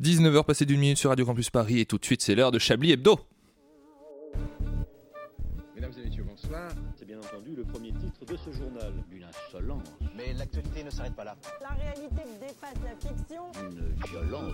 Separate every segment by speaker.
Speaker 1: 19h passée d'une minute sur Radio Campus Paris et tout de suite c'est l'heure de Chablis Hebdo.
Speaker 2: Mesdames et messieurs, bonsoir.
Speaker 3: C'est bien entendu le premier titre de ce journal. Une insolence,
Speaker 4: Mais l'actualité ne s'arrête pas là.
Speaker 5: La réalité dépasse la fiction.
Speaker 3: une violence.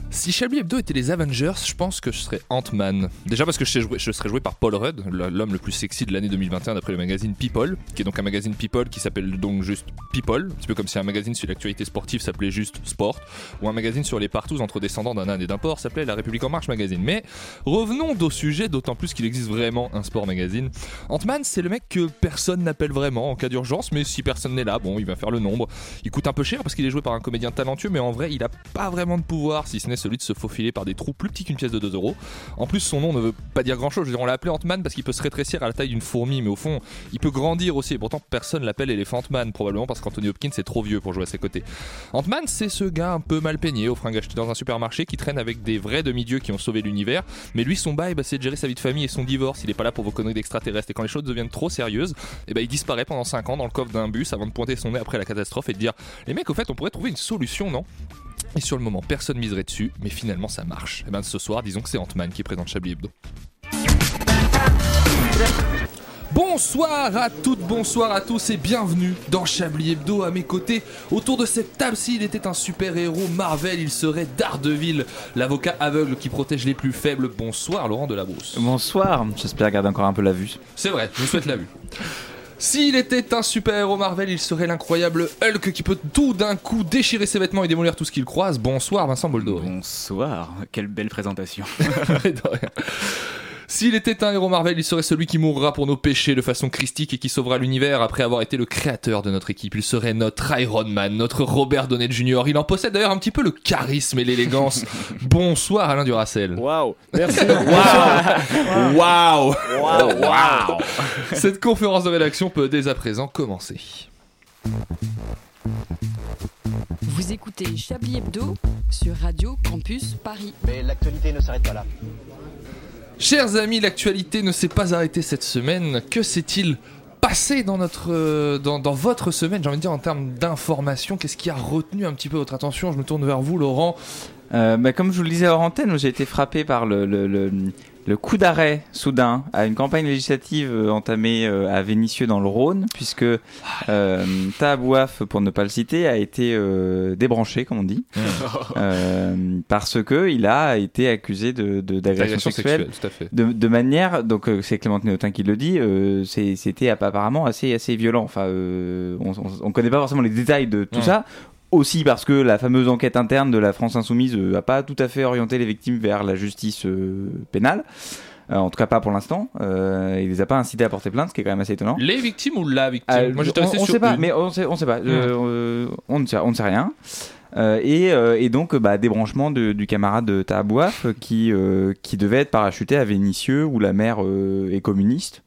Speaker 1: Si Chablis Hebdo était les Avengers, je pense que je serais Ant-Man. Déjà parce que je serais joué, je serais joué par Paul Rudd, le- l'homme le plus sexy de l'année 2021 d'après le magazine People, qui est donc un magazine People qui s'appelle donc juste People, un petit peu comme si un magazine sur l'actualité sportive s'appelait juste Sport, ou un magazine sur les partous entre descendants d'un âne et d'un porc s'appelait La République en Marche magazine. Mais revenons au sujet, d'autant plus qu'il existe vraiment un sport magazine. Ant-Man, c'est le mec que personne n'appelle vraiment en cas d'urgence, mais si personne n'est là, bon, il va faire le nombre. Il coûte un peu cher parce qu'il est joué par un comédien talentueux, mais en vrai, il a pas vraiment de pouvoir, si ce n'est celui de se faufiler par des trous plus petits qu'une pièce de 2 euros. En plus, son nom ne veut pas dire grand chose. Je veux dire, on l'a appelé Ant-Man parce qu'il peut se rétrécir à la taille d'une fourmi, mais au fond, il peut grandir aussi. Et pourtant, personne l'appelle Elephant Man, probablement parce qu'Anthony Hopkins est trop vieux pour jouer à ses côtés. Ant-Man, c'est ce gars un peu mal peigné, aux fringues achetées dans un supermarché, qui traîne avec des vrais demi-dieux qui ont sauvé l'univers. Mais lui, son bail, bah, c'est de gérer sa vie de famille et son divorce. Il est pas là pour vos conneries d'extraterrestres. Et quand les choses deviennent trop sérieuses, eh ben, il disparaît pendant 5 ans dans le coffre d'un bus avant de pointer son nez après la catastrophe et de dire Les mecs, au fait, on pourrait trouver une solution, non et sur le moment, personne miserait dessus, mais finalement ça marche. Et ben ce soir, disons que c'est Ant-Man qui présente Chablis Hebdo. Bonsoir à toutes, bonsoir à tous et bienvenue dans Chablis Hebdo à mes côtés. Autour de cette table, s'il était un super-héros Marvel, il serait Daredevil, l'avocat aveugle qui protège les plus faibles. Bonsoir Laurent Delabrousse.
Speaker 6: Bonsoir, j'espère garder encore un peu la vue.
Speaker 1: C'est vrai, je vous souhaite la vue. S'il était un super-héros Marvel, il serait l'incroyable Hulk qui peut tout d'un coup déchirer ses vêtements et démolir tout ce qu'il croise. Bonsoir Vincent Boldori.
Speaker 6: Bonsoir, quelle belle présentation.
Speaker 1: Et de rien. S'il était un héros Marvel, il serait celui qui mourra pour nos péchés de façon christique et qui sauvera l'univers après avoir été le créateur de notre équipe. Il serait notre Iron Man, notre Robert Downey Jr. Il en possède d'ailleurs un petit peu le charisme et l'élégance. Bonsoir Alain Duracel.
Speaker 7: Waouh Merci
Speaker 6: Waouh
Speaker 1: Cette conférence de rédaction peut dès à présent commencer.
Speaker 8: Vous écoutez Chablis Hebdo sur Radio Campus Paris.
Speaker 4: Mais l'actualité ne s'arrête pas là.
Speaker 1: Chers amis, l'actualité ne s'est pas arrêtée cette semaine. Que s'est-il passé dans notre, euh, dans, dans votre semaine J'ai envie de dire en termes d'information, qu'est-ce qui a retenu un petit peu votre attention Je me tourne vers vous, Laurent.
Speaker 6: Euh, bah, comme je vous le disais hors antenne, j'ai été frappé par le, le- le- le coup d'arrêt soudain à une campagne législative euh, entamée euh, à Vénissieux dans le Rhône, puisque euh, Tahabouaf, pour ne pas le citer, a été euh, débranché, comme on dit, euh, parce que il a été accusé de- de- d'agression sexuelle
Speaker 1: tout à fait.
Speaker 6: de, de manière donc euh, c'est Clémentine Autain qui le dit euh, c'est- c'était app- apparemment assez assez violent enfin euh, on, on, on connaît pas forcément les détails de tout
Speaker 1: Ouais.
Speaker 6: ça aussi parce que la fameuse enquête interne de la France insoumise euh, a pas tout à fait orienté les victimes vers la justice euh, pénale Euh, en tout cas pas pour l'instant euh, il les a pas incités à porter plainte ce qui est quand même assez étonnant
Speaker 1: Les victimes ou la victime
Speaker 6: Hein euh,
Speaker 1: Moi j'étais
Speaker 6: on,
Speaker 1: resté
Speaker 6: on
Speaker 1: sur Mmh.
Speaker 6: sait pas,
Speaker 1: une.
Speaker 6: mais on sait, on sait pas. Euh, euh, on, ne sait, on ne sait rien. Euh, et, euh, et donc, euh, bah, débranchement de- du camarade de Tahabouaf euh, qui, euh, qui devait être parachuté à Vénissieux où la mère euh, est communiste.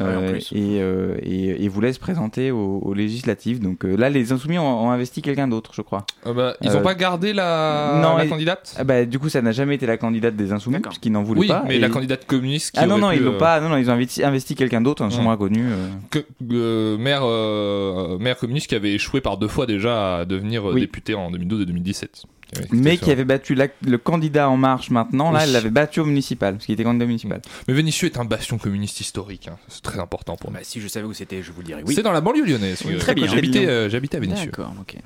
Speaker 7: Ouais, Ah en
Speaker 6: Euh,
Speaker 7: plus.
Speaker 6: et, euh, et, et voulait se présenter aux, aux législatives. Donc euh, là, les Insoumis ont, ont investi quelqu'un d'autre, je crois.
Speaker 1: Ah bah, ils ont
Speaker 6: Euh,
Speaker 1: pas gardé la,
Speaker 6: non,
Speaker 1: la
Speaker 6: et-
Speaker 1: candidate
Speaker 6: Ah bah, du coup, ça n'a jamais été la candidate des Insoumis
Speaker 7: D'accord.
Speaker 6: puisqu'ils n'en voulaient
Speaker 1: Oui,
Speaker 6: pas.
Speaker 1: mais
Speaker 6: Et-
Speaker 1: la candidate communiste qui
Speaker 6: Ah non,
Speaker 1: aurait
Speaker 6: non,
Speaker 1: pu,
Speaker 6: ils
Speaker 1: euh,
Speaker 6: l'ont pas. Non, non, ils ont investi, investi quelqu'un d'autre, un
Speaker 1: Hmm.
Speaker 6: chambre inconnue. euh.
Speaker 1: que- euh, maire, euh, maire communiste qui avait échoué par deux fois déjà à devenir euh,
Speaker 6: Oui.
Speaker 1: député en 2012 et 2017. Qui avait-
Speaker 6: mais qui
Speaker 1: sur-
Speaker 6: avait battu la- le candidat En Marche maintenant, là,
Speaker 1: Oui.
Speaker 6: elle l'avait battu au municipal, parce qu'il était candidat municipal.
Speaker 1: Mais Vénissieux est un bastion communiste historique, hein. c'est très important pour nous.
Speaker 7: Bah si je savais où c'était, je vous le dirais. Oui.
Speaker 1: C'est dans la banlieue lyonnaise.
Speaker 7: Oui,
Speaker 1: euh,
Speaker 7: très bien.
Speaker 1: J'habitais
Speaker 7: Bien.
Speaker 1: euh, j'habitais à Vénissieux.
Speaker 7: D'accord, ok.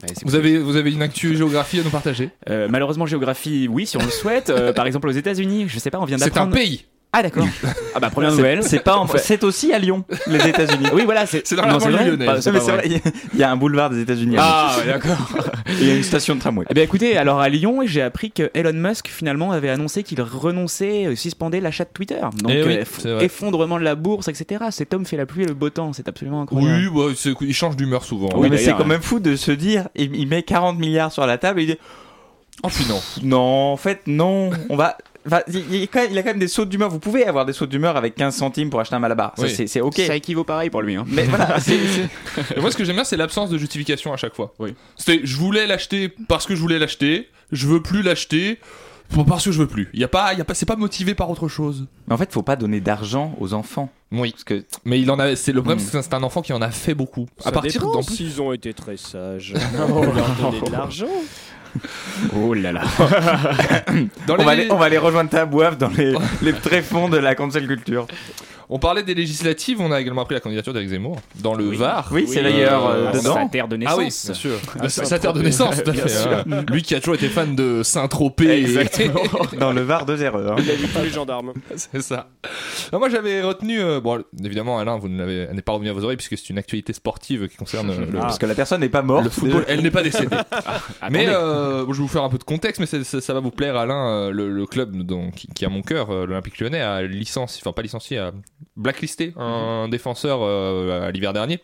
Speaker 7: Bah, c'est
Speaker 1: Vous
Speaker 7: cool.
Speaker 1: avez, vous avez une actu géographie à nous partager
Speaker 7: Euh, malheureusement géographie, oui, si on le souhaite. Euh, par exemple aux États-Unis, je sais pas, on vient
Speaker 1: C'est un
Speaker 7: d'apprendre.
Speaker 1: pays
Speaker 7: Ah d'accord. ah bah première nouvelle.
Speaker 6: C'est pas en- c'est aussi à Lyon, les États-Unis.
Speaker 7: Oui voilà, c'est.
Speaker 1: C'est dans la
Speaker 7: Non, c'est
Speaker 1: banlieue
Speaker 7: vrai
Speaker 1: lyonnaise.
Speaker 7: Pas- Ah, c'est
Speaker 6: Mais
Speaker 7: pas
Speaker 6: c'est
Speaker 7: vrai.
Speaker 6: vrai, il y a- il y a un boulevard des États-Unis. à
Speaker 7: Ah ouais, d'accord.
Speaker 6: Lyon. Et il y a une station de tramway.
Speaker 7: Eh bien écoutez, alors à Lyon, j'ai appris que Elon Musk finalement avait annoncé qu'il renonçait, euh, suspendait l'achat de Twitter. Donc
Speaker 1: Eh oui,
Speaker 7: euh, f-
Speaker 1: c'est vrai.
Speaker 7: effondrement de la bourse, etc. Cet homme fait la pluie et le beau temps, c'est absolument incroyable.
Speaker 1: Oui, bah, c'est- il change d'humeur souvent.
Speaker 7: Oui,
Speaker 6: Non, mais c'est
Speaker 7: d'ailleurs,
Speaker 6: quand même fou de se dire, il, il met 40 milliards sur la table et il dit
Speaker 1: Oh, puis non.
Speaker 6: non, en fait non, on va Enfin, il, il y a quand même- il a quand même des sauts d'humeur. Vous pouvez avoir des sauts d'humeur avec 15 centimes pour acheter un malabar. Ça,
Speaker 1: Oui.
Speaker 6: c'est- c'est ok.
Speaker 7: Ça équivaut pareil pour lui. Hein.
Speaker 6: Mais voilà, c'est- c'est-
Speaker 1: Et moi, ce que j'aime bien, c'est l'absence de justification à chaque fois.
Speaker 7: Oui.
Speaker 1: C'était, je voulais l'acheter parce que je voulais l'acheter, je veux plus l'acheter pour- parce que je veux plus. Il y a pas, il y a pas, c'est pas motivé par autre chose.
Speaker 6: Mais en fait, faut pas donner d'argent aux enfants.
Speaker 1: Oui.
Speaker 6: Parce que
Speaker 1: Mais il en a, c'est le problème,
Speaker 6: Mm.
Speaker 1: c'est que c'est un enfant qui en a fait beaucoup.
Speaker 9: Ça
Speaker 1: à partir
Speaker 9: dépend
Speaker 1: d'en plus.
Speaker 9: s'ils ont été très sages. On leur donner de l'argent.
Speaker 7: Oh là là.
Speaker 1: Dans
Speaker 6: on, va
Speaker 1: les-
Speaker 6: aller, on va aller rejoindre Tabouaf dans les, les tréfonds de la cancel culture.
Speaker 1: on parlait des législatives, on a également appris la candidature d'Éric Zemmour dans le Var.
Speaker 6: Oui, c'est d'ailleurs euh,
Speaker 9: à Sa
Speaker 6: dedans.
Speaker 9: terre de
Speaker 1: Ah
Speaker 9: naissance.
Speaker 1: oui, c'est sûr.
Speaker 9: Ah,
Speaker 1: Sa sa terre de naissance, tout à fait. hein. Lui qui a toujours été fan de Saint-Tropez.
Speaker 6: Exactement. Dans le Var de hein. 0
Speaker 9: Il a vu tous les gendarmes.
Speaker 1: C'est ça. Alors, moi, j'avais retenu. euh, bon, évidemment, Alain, vous ne l'avez, elle n'est pas revenue à vos oreilles puisque c'est une actualité sportive qui concerne euh, le,
Speaker 6: Parce que la personne n'est pas morte.
Speaker 1: le football. Elle n'est pas décédée. Ah, mais
Speaker 9: Attendez.
Speaker 1: euh, bon, je vais vous faire un peu de contexte, mais c'est- ça, ça va vous plaire, Alain. euh, Le, le club dont- qui, qui a mon cœur, euh, l'Olympique Lyonnais, a licencié, enfin pas licencié, a blacklisté un défenseur euh, à l'hiver dernier.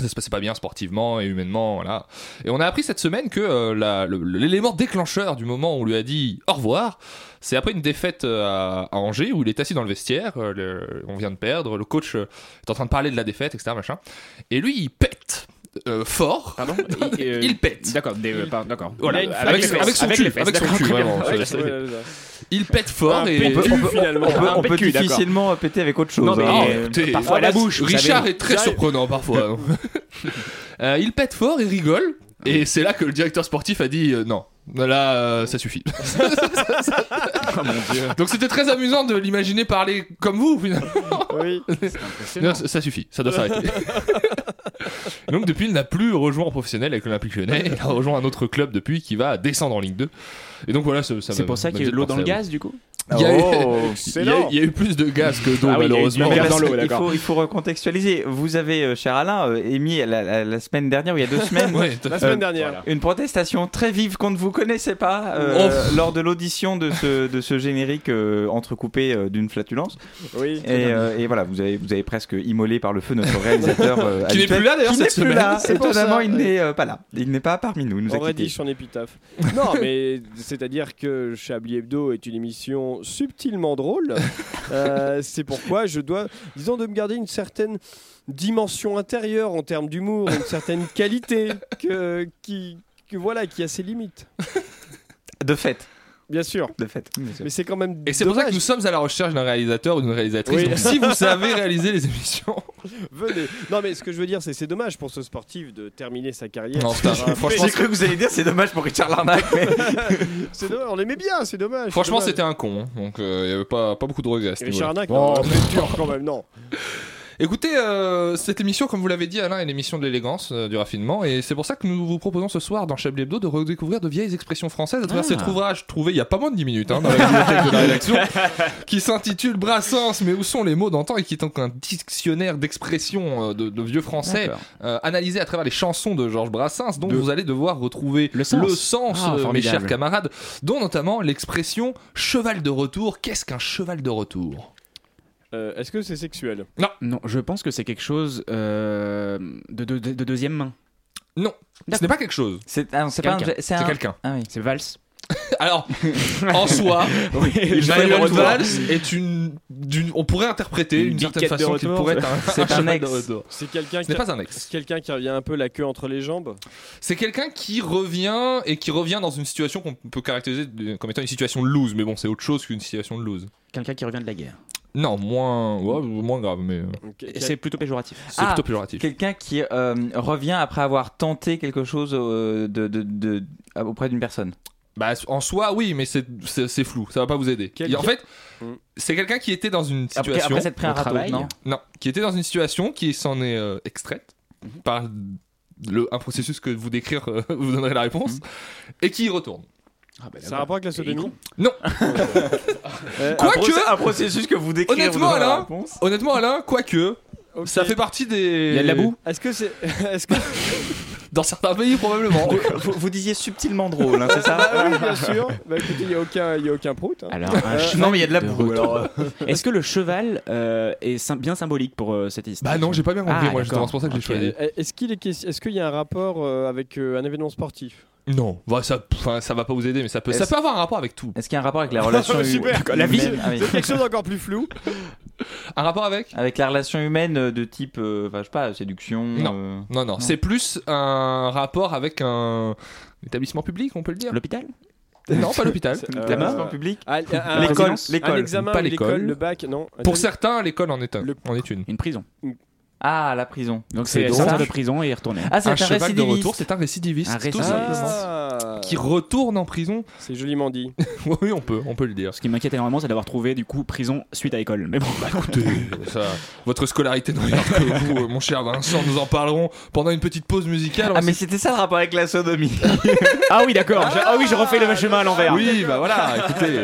Speaker 1: Ça se passait pas bien sportivement et humainement, voilà. Et on a appris cette semaine que euh, la- le- l'élément déclencheur du moment où on lui a dit au revoir, c'est après une défaite euh, à, à Angers où il est assis dans le vestiaire, euh, le- on vient de perdre, le coach euh, est en train de parler de la défaite, etc. Machin. Et lui, il pète euh, fort.
Speaker 9: Pardon
Speaker 1: Il,
Speaker 9: euh,
Speaker 1: pète.
Speaker 9: D'accord, des- euh, pardon, d'accord.
Speaker 1: Voilà,
Speaker 9: Il a une
Speaker 1: avec-
Speaker 9: fesse.
Speaker 1: avec son
Speaker 9: Avec
Speaker 1: cul,
Speaker 9: les fesses,
Speaker 1: avec son
Speaker 9: d'accord,
Speaker 1: cul,
Speaker 9: très bien.
Speaker 1: vraiment, ça-
Speaker 9: Ouais,
Speaker 1: ça-
Speaker 9: ouais, ouais.
Speaker 1: Il pète fort
Speaker 9: Un
Speaker 1: et.
Speaker 9: pétu,
Speaker 6: on peut-
Speaker 9: finalement.
Speaker 6: On peut,
Speaker 9: Un
Speaker 6: on peut
Speaker 9: PQ, d'accord.
Speaker 6: difficilement péter avec autre chose.
Speaker 9: Non, mais-
Speaker 6: hein.
Speaker 1: Ah,
Speaker 9: Et, euh,
Speaker 1: écoutez,
Speaker 9: parfois à la bouche, vous
Speaker 1: Richard
Speaker 9: savez.
Speaker 1: est très
Speaker 9: Ça arrive.
Speaker 1: surprenant parfois. hein. Euh, il pète fort, il rigole, et c'est là que le directeur sportif a dit euh, non. Là, euh, ça suffit. Oh Donc c'était très amusant de l'imaginer parler comme vous. Finalement.
Speaker 9: Oui.
Speaker 1: Non, ça, ça suffit, ça doit s'arrêter. Donc depuis, il n'a plus rejoint en professionnel avec l'Olympique Lyonnais. Il a rejoint un autre club depuis qui va descendre en Ligue 2. Et donc voilà, ça, ça
Speaker 7: C'est
Speaker 1: m'a-
Speaker 7: pour ça bah,
Speaker 1: m'a
Speaker 7: qu'il y a eu
Speaker 1: fait
Speaker 7: de l'eau dans le
Speaker 1: penser à vous.
Speaker 7: gaz, du coup
Speaker 1: Il y a eu- Il y, a eu,
Speaker 9: Oh, Excellent.
Speaker 1: il y a eu plus de gaz que d'eau
Speaker 9: Ah oui, il y a eu de
Speaker 1: malheureusement.
Speaker 9: la
Speaker 6: Mais
Speaker 9: merde dans
Speaker 6: parce
Speaker 9: l'eau,
Speaker 6: que il,
Speaker 9: d'accord.
Speaker 6: faut, il faut recontextualiser. Vous avez, euh, cher Alain, euh, émis la, la- la semaine dernière ou il y a deux semaines
Speaker 1: Ouais,
Speaker 9: La
Speaker 6: Euh,
Speaker 9: semaine dernière.
Speaker 6: une protestation très vive qu'on ne vous connaissait pas euh,
Speaker 1: Oh.
Speaker 6: lors de l'audition de ce, de ce générique euh, entrecoupé euh, d'une flatulence.
Speaker 9: Oui.
Speaker 6: Et, euh, et voilà, vous avez, vous avez presque immolé par le feu notre réalisateur. euh,
Speaker 1: Qui n'est
Speaker 6: habituel,
Speaker 1: plus là, d'ailleurs,
Speaker 6: qui n'est
Speaker 1: cette
Speaker 6: plus
Speaker 1: semaine.
Speaker 6: là.
Speaker 9: C'est pour
Speaker 6: Étonnamment,
Speaker 9: ça,
Speaker 6: il
Speaker 9: ouais.
Speaker 6: n'est euh, pas là. Il n'est pas parmi nous. Il nous a
Speaker 9: On rédige
Speaker 6: quittés.
Speaker 9: son épitaphe. Non, mais c'est-à-dire que Chablis Hebdo est une émission subtilement drôle. Euh, c'est pourquoi je dois, disons, de me garder une certaine dimension intérieure en termes d'humour, une certaine qualité que, qui, que voilà, qui a ses limites.
Speaker 6: De fait,
Speaker 9: Bien sûr.
Speaker 6: de fait. bien sûr.
Speaker 9: Mais c'est quand même.
Speaker 1: Et c'est pour ça que
Speaker 9: dommage.
Speaker 1: nous sommes à la recherche d'un réalisateur ou d'une réalisatrice.
Speaker 9: Oui.
Speaker 1: Donc, si vous savez réaliser les émissions.
Speaker 9: Venez. Non, mais ce que je veux dire, c'est c'est dommage pour ce sportif de terminer sa carrière.
Speaker 1: Non, putain,
Speaker 9: par un
Speaker 1: franchement,
Speaker 6: J'ai cru que vous alliez dire c'est dommage pour Richard Larnac. mais-
Speaker 9: C'est dommage, on l'aimait bien, c'est dommage.
Speaker 1: Franchement, c'était un con. hein. Donc, euh, il n'y avait pas, pas beaucoup de regrets. à ce
Speaker 9: Et
Speaker 1: niveau-là.
Speaker 9: Charnac,
Speaker 1: Bon.
Speaker 9: non, c'est dur quand même, non.
Speaker 1: Écoutez, euh, cette émission, comme vous l'avez dit, Alain, est l'émission de l'élégance, euh, du raffinement. Et c'est pour ça que nous vous proposons ce soir, dans Chablis Hebdo, de redécouvrir de vieilles expressions françaises à travers
Speaker 7: Ah.
Speaker 1: cet ouvrage trouvé il y a pas moins de 10 minutes hein, dans la bibliothèque de la rédaction, qui s'intitule Brassens, mais où sont les mots d'antan et qui est donc un dictionnaire d'expressions euh, de, de vieux français
Speaker 6: D'accord.
Speaker 1: euh, analysé à travers les chansons de Georges Brassens, dont vous allez devoir retrouver
Speaker 7: Le sens.
Speaker 1: sens,
Speaker 7: Ah,
Speaker 1: euh, mes
Speaker 7: formidable.
Speaker 1: chers camarades, dont notamment l'expression cheval de retour. Qu'est-ce qu'un cheval de retour
Speaker 9: Euh, Est-ce que c'est sexuel
Speaker 7: Non, je pense que c'est quelque chose euh, de, de- de- de deuxième main.
Speaker 1: Ce n'est pas quelque chose,
Speaker 6: C'est ah non, c'est pas un-
Speaker 7: Quelqu'un.
Speaker 6: c'est
Speaker 1: c'est
Speaker 6: un-
Speaker 1: quelqu'un.
Speaker 6: Ah oui.
Speaker 7: C'est valse.
Speaker 1: Alors, en soi,
Speaker 7: Oui,
Speaker 1: Manuel Valls est une, d'une- on pourrait interpréter
Speaker 9: Une
Speaker 1: d'une certaine
Speaker 9: biquette de
Speaker 1: façon qu'il
Speaker 9: retour,
Speaker 1: pourrait être un,
Speaker 6: c'est un
Speaker 1: cheval
Speaker 6: ex.
Speaker 1: de retour.
Speaker 9: C'est quelqu'un
Speaker 1: Ce
Speaker 9: qui,
Speaker 1: n'est pas un ex.
Speaker 9: c'est quelqu'un qui revient un peu la queue entre les jambes.
Speaker 1: C'est quelqu'un qui revient et qui revient dans une situation qu'on peut caractériser de- comme étant une situation de lose, mais bon, c'est autre chose qu'une situation de lose.
Speaker 7: Quelqu'un qui revient de la guerre.
Speaker 1: Non, moins, ouais, moins grave, mais euh,
Speaker 9: Ok.
Speaker 7: Et C'est plutôt péjoratif.
Speaker 1: c'est
Speaker 6: Ah.
Speaker 1: plutôt péjoratif.
Speaker 6: Quelqu'un qui euh, revient après avoir tenté quelque chose euh, de, de- de- auprès d'une personne.
Speaker 1: Bah, en soi, oui, mais c'est, c'est, c'est flou, ça va pas vous aider.
Speaker 9: Quel-
Speaker 1: Et en fait,
Speaker 9: Hmm.
Speaker 1: c'est quelqu'un qui était dans une
Speaker 6: Après-
Speaker 1: situation.
Speaker 6: après s'être pris un
Speaker 7: au
Speaker 6: râteau,
Speaker 7: travail.
Speaker 6: non
Speaker 1: Non, qui était dans une situation qui s'en est euh, extraite
Speaker 7: Mhm.
Speaker 1: par le, un processus que vous décrire, euh, vous donnerez la réponse,
Speaker 7: Mhm.
Speaker 1: et qui y retourne.
Speaker 9: Ah, bah, Ça a rapport avec la sodomie
Speaker 1: Non.
Speaker 9: Euh,
Speaker 1: Quoique,
Speaker 6: un processus que vous décrivez.
Speaker 1: Honnêtement,
Speaker 6: vous aurez la
Speaker 1: Alain,
Speaker 6: réponse.
Speaker 1: honnêtement Alain, quoique,
Speaker 9: ok.
Speaker 1: ça fait partie des...
Speaker 7: Il y a de la boue
Speaker 9: Est-ce que c'est. Est-ce que.
Speaker 1: Dans certains pays probablement.
Speaker 6: vous, vous disiez subtilement drôle, hein, c'est ça
Speaker 9: Ah oui, bien sûr. Bah écoutez, il n'y a aucun, il y a aucun prout. hein.
Speaker 7: Alors, un cheval
Speaker 6: Non, mais il y a Euh, de la
Speaker 7: de
Speaker 6: boue. euh,
Speaker 7: retour. Est-ce que le cheval euh, est sym- bien symbolique pour euh, cette histoire
Speaker 1: bah non, j'ai pas bien compris,
Speaker 7: Ah, d'accord.
Speaker 1: moi,
Speaker 9: eh,
Speaker 1: justement, c'est pour ça que j'ai
Speaker 7: Ok.
Speaker 1: choisi.
Speaker 9: Euh, Est-ce qu'il est, question- est-ce qu'il y a un rapport euh, avec euh, un événement sportif
Speaker 1: Non, bah, ça, enfin, ça va pas vous aider, mais ça peut, ça
Speaker 6: Est-ce-
Speaker 1: peut avoir un rapport avec tout.
Speaker 6: Est-ce qu'il y a un rapport avec la relation
Speaker 9: Super,
Speaker 6: humaine-
Speaker 9: la vie.
Speaker 6: Ah oui.
Speaker 9: Quelque chose d'encore plus flou.
Speaker 1: Un rapport avec
Speaker 7: Ah.
Speaker 6: Avec la relation humaine euh, de type, euh, enfin je sais pas, séduction.
Speaker 1: Non.
Speaker 6: euh,
Speaker 1: Non, non, c'est plus un rapport avec un établissement public, on peut le dire.
Speaker 7: L'hôpital
Speaker 1: Non, pas l'hôpital.
Speaker 9: C'est-
Speaker 6: établissement
Speaker 9: Euh,
Speaker 6: public.
Speaker 9: Un- un-
Speaker 6: L'école,
Speaker 9: un- Un
Speaker 6: l'école.
Speaker 9: examen,
Speaker 1: Pas
Speaker 9: à l'école,
Speaker 1: l'école.
Speaker 9: le bac, non.
Speaker 1: Pour certains, l'école en est un.
Speaker 9: Le-
Speaker 1: En est une.
Speaker 7: Une prison.
Speaker 6: Ah, la prison.
Speaker 7: Donc
Speaker 1: C'est
Speaker 7: c'est
Speaker 1: drôle.
Speaker 7: sortir de prison et y retourner.
Speaker 6: Ah, c'est un,
Speaker 1: un cheval de
Speaker 6: récidiviste.
Speaker 1: retour, c'est un récidiviste.
Speaker 7: Un
Speaker 1: tout
Speaker 7: récidiviste.
Speaker 1: simplement.
Speaker 9: Ah,
Speaker 1: Qui retourne en prison.
Speaker 9: c'est joliment dit.
Speaker 1: oui, on peut, on peut le dire.
Speaker 7: Ce qui m'inquiète énormément, c'est d'avoir trouvé du coup prison suite à école. Mais bon, bah,
Speaker 1: euh, Ça, votre scolarité ne regarde que vous, euh, mon cher Vincent. Nous en parlerons pendant une petite pause musicale. On
Speaker 6: Ah,
Speaker 1: va
Speaker 6: mais c'était ça le rapport avec la sodomie.
Speaker 7: ah oui, d'accord. Ah, oui, je refais le chemin à l'envers.
Speaker 1: Oui, bah voilà, écoutez.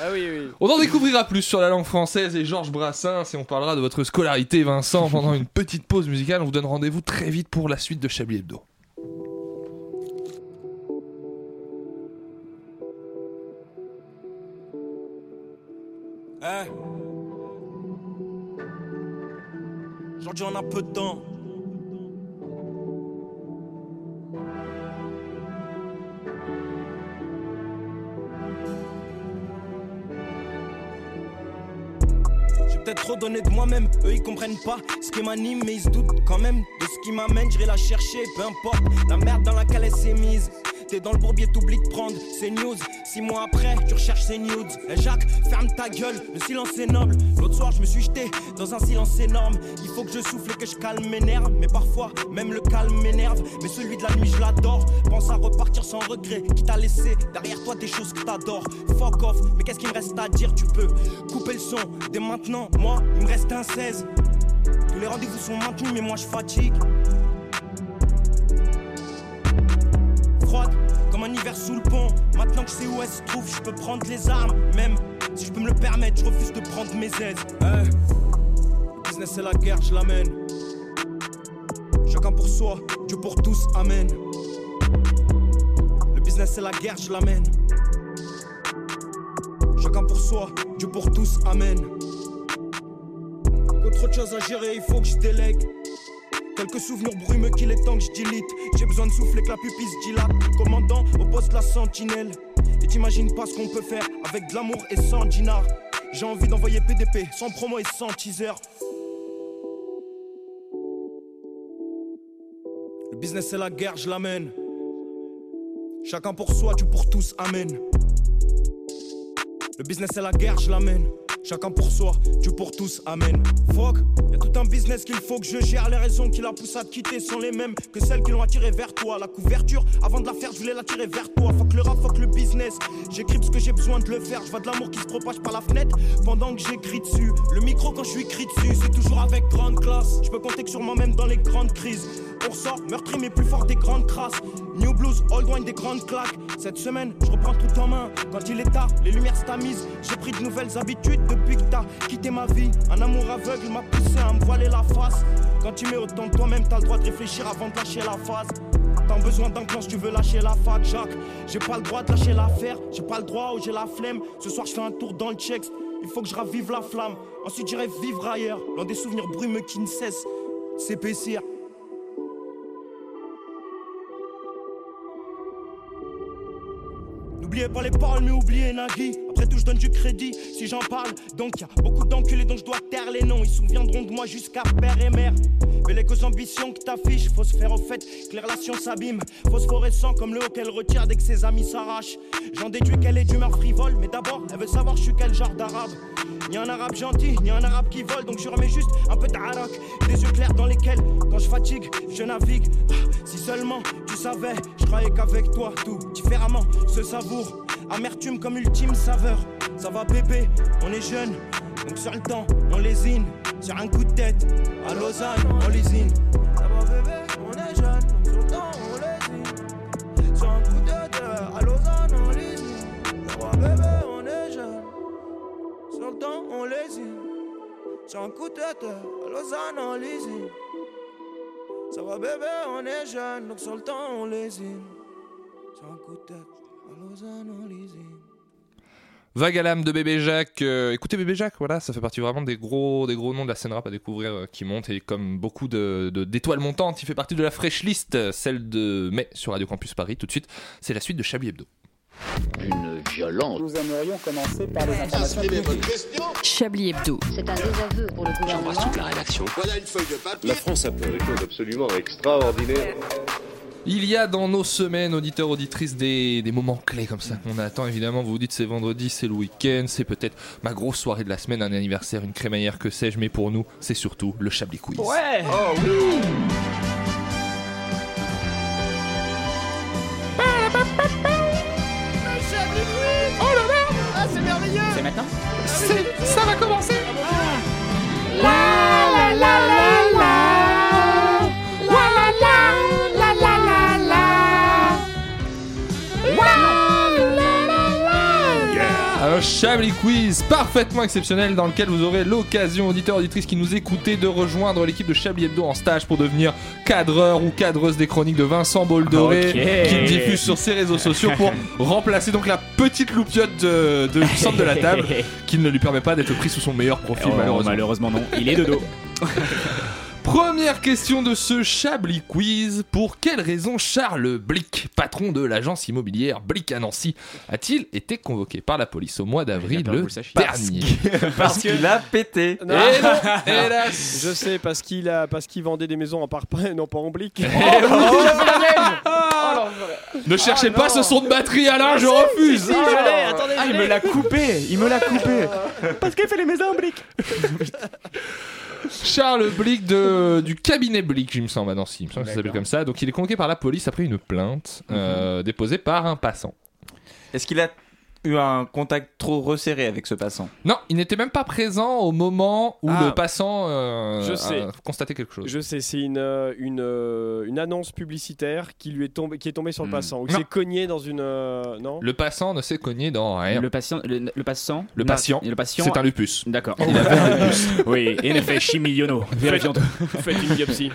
Speaker 9: Ah oui, oui.
Speaker 1: On en découvrira plus sur la langue française et Georges Brassens et on parlera de votre scolarité, Vincent, pendant une petite pause musicale. On vous donne rendez-vous très vite pour la suite de Chablis Hebdo.
Speaker 4: Aujourd'hui, on a peu de temps. J'ai peut-être trop donné de moi-même, eux ils comprennent pas ce qui m'anime, mais ils se doutent quand même de ce qui m'amène. J'irai la chercher, peu importe la merde dans laquelle elle s'est mise. T'es dans le bourbier, t'oublies de prendre ces news. Six mois après, tu recherches ces news. Eh, Jacques, ferme ta gueule, le silence est noble. L'autre soir, je me suis jeté dans un silence énorme. Il faut que je souffle et que je calme mes nerfs. Mais parfois, même le calme m'énerve. Mais celui de la nuit, je l'adore. Pense à repartir sans regret, qui t'a laissé derrière toi des choses que t'adores. Fuck off, mais qu'est-ce qu'il me reste à dire Tu peux couper le son dès maintenant. Moi, il me reste un 16. Tous les rendez-vous sont maintenus, mais moi je fatigue. Froide comme un hiver sous le pont. Maintenant que je sais où elle se trouve, je peux prendre les armes. Même si je peux me le permettre, je refuse de prendre mes aises. Hein. Le business c'est la guerre, je l'amène. Chacun pour soi, Dieu pour tous, amen. Le business c'est la guerre, je l'amène. Chacun pour soi, Dieu pour tous, amen. Contre autre chose à gérer, il faut que je délègue. Quelques souvenirs brumeux qu'il est temps que je dilite. J'ai besoin de souffler que la pupille se dilate. Commandant au poste la sentinelle. Et t'imagines pas ce qu'on peut faire avec de l'amour et sans dinar. J'ai envie d'envoyer PDP sans promo et sans teaser. Le business c'est la guerre, je l'amène. Chacun pour soi, tu pour tous, amen. Le business c'est la guerre, je l'amène. Chacun pour soi, Dieu pour tous, amen. Fuck, y a tout un business qu'il faut que je gère. Les raisons qui la poussent à te quitter sont les mêmes que celles qui l'ont attiré vers toi. La couverture, avant de la faire, je voulais la tirer vers toi. Fuck le rap, fuck le business. J'écris parce que j'ai besoin de le faire. Je vois de l'amour qui se propage par la fenêtre pendant que j'écris dessus. Le micro quand je suis écrit dessus, c'est toujours avec grande classe. Je peux compter que sur moi-même dans les grandes crises. On sort meurtri mais plus fort des grandes crasses. New blues, old wine des grandes claques. Cette semaine, je reprends tout en main. Quand il est tard, les lumières se tamisent. J'ai pris de nouvelles habitudes depuis que t'as quitté ma vie. Un amour aveugle m'a poussé à me voiler la face. Quand tu mets autant de toi-même, t'as le droit de réfléchir avant de lâcher la phase. T'as besoin d'un plan si tu veux lâcher la fac, Jacques. J'ai pas le droit de lâcher l'affaire, j'ai pas le droit ou j'ai la flemme. Ce soir, je fais un tour dans le checks. Il faut que je ravive la flamme. Ensuite, j'irai vivre ailleurs, dans des souvenirs brumeux qui ne cessent de s'épaissir. N'oubliez pas les paroles, mais oubliez Nagui. Après tout, je donne du crédit si j'en parle. Donc, y a beaucoup d'enculés dont je dois taire les noms. Ils se souviendront de moi jusqu'à père et mère. Mais les grosses ambitions que t'affiches, faut se faire au fait que les relations s'abîment. Phosphorescent comme le haut qu'elle retire dès que ses amis s'arrachent. J'en déduis qu'elle est d'humeur frivole, mais d'abord, elle veut savoir je suis quel genre d'arabe. Ni un arabe gentil, ni un arabe qui vole, donc je remets juste un peu d'arac. Des yeux clairs dans lesquels, quand je fatigue, je navigue. Ah, si seulement tu savais, je croyais qu'avec toi, tout différemment se savoure. Amertume comme ultime saveur. Ça va bébé, on est jeune, donc sur le temps, on lésine. Sur un coup de tête, à Lausanne, on lésine. Ça va bébé, on est jeune, donc sur le temps, on lésine. Sur un coup de tête, à Lausanne, on lésine. Ça va bébé, on est jeune. Sur le temps, on lésine. Sur un coup de tête, à Lausanne, on lésine. Ça va bébé, on est jeune, donc sur le temps, on lésine. Sur un coup de tête, à Lausanne, on lésine.
Speaker 1: Vague à l'âme de Bébé Jacques. euh, écoutez Bébé Jacques, voilà, ça fait partie vraiment des gros, des gros noms de la scène rap à découvrir euh, qui monte et comme beaucoup de- de- d'étoiles montantes, il fait partie de la fraîche liste, euh, celle de mai sur Radio Campus Paris. Tout de suite, c'est la suite de Chablis Hebdo.
Speaker 3: Une violence.
Speaker 10: Nous aimerions commencer par les informations
Speaker 8: Chablis Hebdo.
Speaker 11: C'est un désaveu pour le gouvernement.
Speaker 10: Voilà une feuille de papier.
Speaker 12: La France a fait des choses absolument extraordinaires.
Speaker 1: Il y a dans nos semaines, auditeurs, auditrices, des, des moments clés comme ça qu'on attend. Évidemment, vous vous dites c'est vendredi, c'est le week-end, c'est peut-être ma grosse soirée de la semaine, un anniversaire, une crémaillère, que sais-je. Mais pour nous, c'est surtout le Chablis Quiz.
Speaker 10: Ouais. Oh oui.
Speaker 13: Oh là là Ah, c'est merveilleux
Speaker 6: C'est maintenant
Speaker 13: C'est- Ça va commencer La la la la la La la la la la la la La la la la
Speaker 1: Un Chablis Quiz parfaitement exceptionnel dans lequel vous aurez l'occasion, auditeurs, auditrices qui nous écoutez, de rejoindre l'équipe de Chablis Hebdo en stage pour devenir cadreur ou cadreuse des chroniques de Vincent Boldoré
Speaker 10: Ok.
Speaker 1: qui diffuse sur ses réseaux sociaux pour remplacer donc la petite loupiote euh, de, de- du centre de la table qui ne lui permet pas d'être pris sous son meilleur profil
Speaker 14: Oh,
Speaker 1: malheureusement.
Speaker 14: malheureusement, non, il est de dos.
Speaker 1: Première question de ce Chablis Quiz. Pour quelle raison Charles Blic, patron de l'agence immobilière Blic à Nancy, a-t-il été convoqué par la police au mois d'avril
Speaker 9: peur que
Speaker 1: le
Speaker 9: vous le sachiez.
Speaker 1: dernier
Speaker 9: Parce qu'il
Speaker 6: a pété.
Speaker 9: Et
Speaker 1: Eh non,
Speaker 9: Eh
Speaker 1: hélas
Speaker 9: Je sais, parce qu'il a, parce qu'il vendait des maisons en parpaing, non pas en blic.
Speaker 1: Oh,
Speaker 9: Oh,
Speaker 1: Ne cherchez pas ce son de batterie, Alain, je refuse
Speaker 9: Ah, si, je l'ai,
Speaker 1: attendez,
Speaker 7: Ah,
Speaker 1: je
Speaker 7: il
Speaker 1: l'ai.
Speaker 7: me l'a coupé Il me l'a coupé Parce qu'elle fait les maisons en briques
Speaker 1: Charles Blic de, du cabinet Blic, il me semble, à Nancy, il me semble que ça s'appelle
Speaker 6: D'accord.
Speaker 1: comme ça. Donc il est convoqué par la police après une plainte
Speaker 9: Mhm.
Speaker 1: euh, déposée par un passant.
Speaker 6: Est-ce qu'il a eu un contact trop resserré avec ce passant
Speaker 1: Non, il n'était même pas présent au moment où
Speaker 9: Ah.
Speaker 1: le passant euh,
Speaker 9: Je
Speaker 1: a
Speaker 9: sais.
Speaker 1: constaté quelque chose.
Speaker 9: Je sais, c'est une, euh, une, euh, une annonce publicitaire qui lui est tombée, qui est tombée sur le passant. Ou qui
Speaker 1: Non.
Speaker 9: s'est cogné dans une. euh, non
Speaker 1: Le passant ne s'est cogné dans rien.
Speaker 14: Le patient, le, le patient,
Speaker 1: Le
Speaker 14: Mar-
Speaker 1: patient,
Speaker 14: le patient.
Speaker 1: c'est un lupus.
Speaker 14: D'accord.
Speaker 1: Il avait un lupus.
Speaker 14: oui, en effet, chimiliono. Vérifions tout.
Speaker 1: faites une biopsie.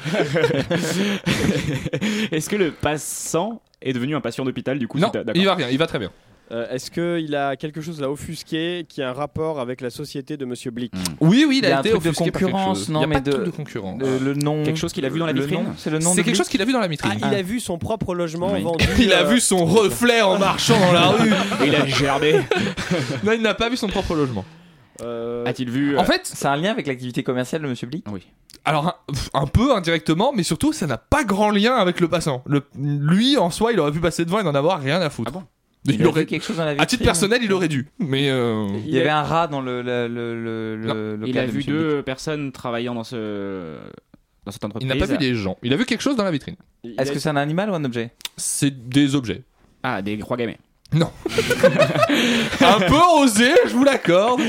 Speaker 14: Est-ce que le passant est devenu un patient d'hôpital du coup
Speaker 1: Non,
Speaker 14: c'est- d'accord.
Speaker 1: il va rien, il va très bien.
Speaker 9: Euh, Est-ce qu'il a quelque chose à offusquer qui a un rapport avec la société de Monsieur Blick
Speaker 1: Oui, oui, il a,
Speaker 9: Il y a un
Speaker 1: été
Speaker 9: truc de
Speaker 1: offusqué par quelque
Speaker 9: concurrence,
Speaker 1: chose.
Speaker 9: non,
Speaker 1: il y a
Speaker 9: mais
Speaker 1: pas
Speaker 9: de-
Speaker 1: truc de concurrence.
Speaker 9: de- le
Speaker 6: nom-
Speaker 14: Quelque chose qu'il a vu dans la
Speaker 1: Le
Speaker 14: vitrine.
Speaker 1: nom, c'est le nom C'est de quelque Blic chose qu'il a vu dans la vitrine.
Speaker 9: Ah, il a vu son propre logement vendu.
Speaker 1: Il a
Speaker 9: euh,
Speaker 1: vu son reflet en marchant dans la rue.
Speaker 14: Et il a gerbé.
Speaker 1: Ah non, il n'a pas vu son propre logement.
Speaker 9: euh,
Speaker 14: A-t-il vu euh,
Speaker 1: En fait,
Speaker 6: c'est un lien avec l'activité commerciale de Monsieur Blic
Speaker 14: Oui.
Speaker 1: Alors un, pff, un peu indirectement, mais surtout ça n'a pas grand lien avec le passant. Le, lui en soi, il aurait pu passer devant et n'en avoir rien à foutre.
Speaker 6: Il a vu quelque chose dans la
Speaker 1: À titre
Speaker 6: vitrine.
Speaker 1: personnel, il aurait dû. Mais euh,
Speaker 6: Il y avait un rat dans le. le, le, le- le- le
Speaker 14: Il
Speaker 6: cas
Speaker 14: a
Speaker 6: de
Speaker 14: vu
Speaker 6: Monsieur
Speaker 14: deux personnes travaillant dans ce dans cette entreprise.
Speaker 1: il n'a pas vu des gens. Il a vu quelque chose dans la vitrine.
Speaker 6: Blic. Est-ce que c'est un animal ou un objet
Speaker 1: C'est des objets.
Speaker 14: Ah, des croix gammées.
Speaker 1: Non. un peu osé, je vous l'accorde.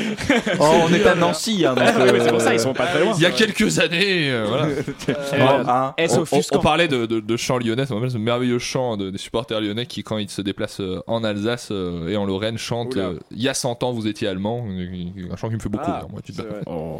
Speaker 6: Oh, on est à Nancy, hein, donc, Ah oui, mais c'est pour ça, euh, ils sont pas très loin.
Speaker 1: Il y a quelques années, euh, voilà.
Speaker 6: Euh, hein.
Speaker 14: Eh,
Speaker 1: on, on-
Speaker 6: offusquant.
Speaker 1: on parlait de, de, de chant lyonnais, ça me rappelle ce merveilleux chant de- des supporters lyonnais qui, quand ils se déplacent euh, en Alsace euh, et en Lorraine, chantent
Speaker 9: Oula.
Speaker 1: euh, Il y a 100 ans, vous étiez allemand. Un chant qui me fait beaucoup
Speaker 9: Ah,
Speaker 1: rire, moi, tu Oh. te
Speaker 9: c'est
Speaker 1: bats.
Speaker 9: vrai.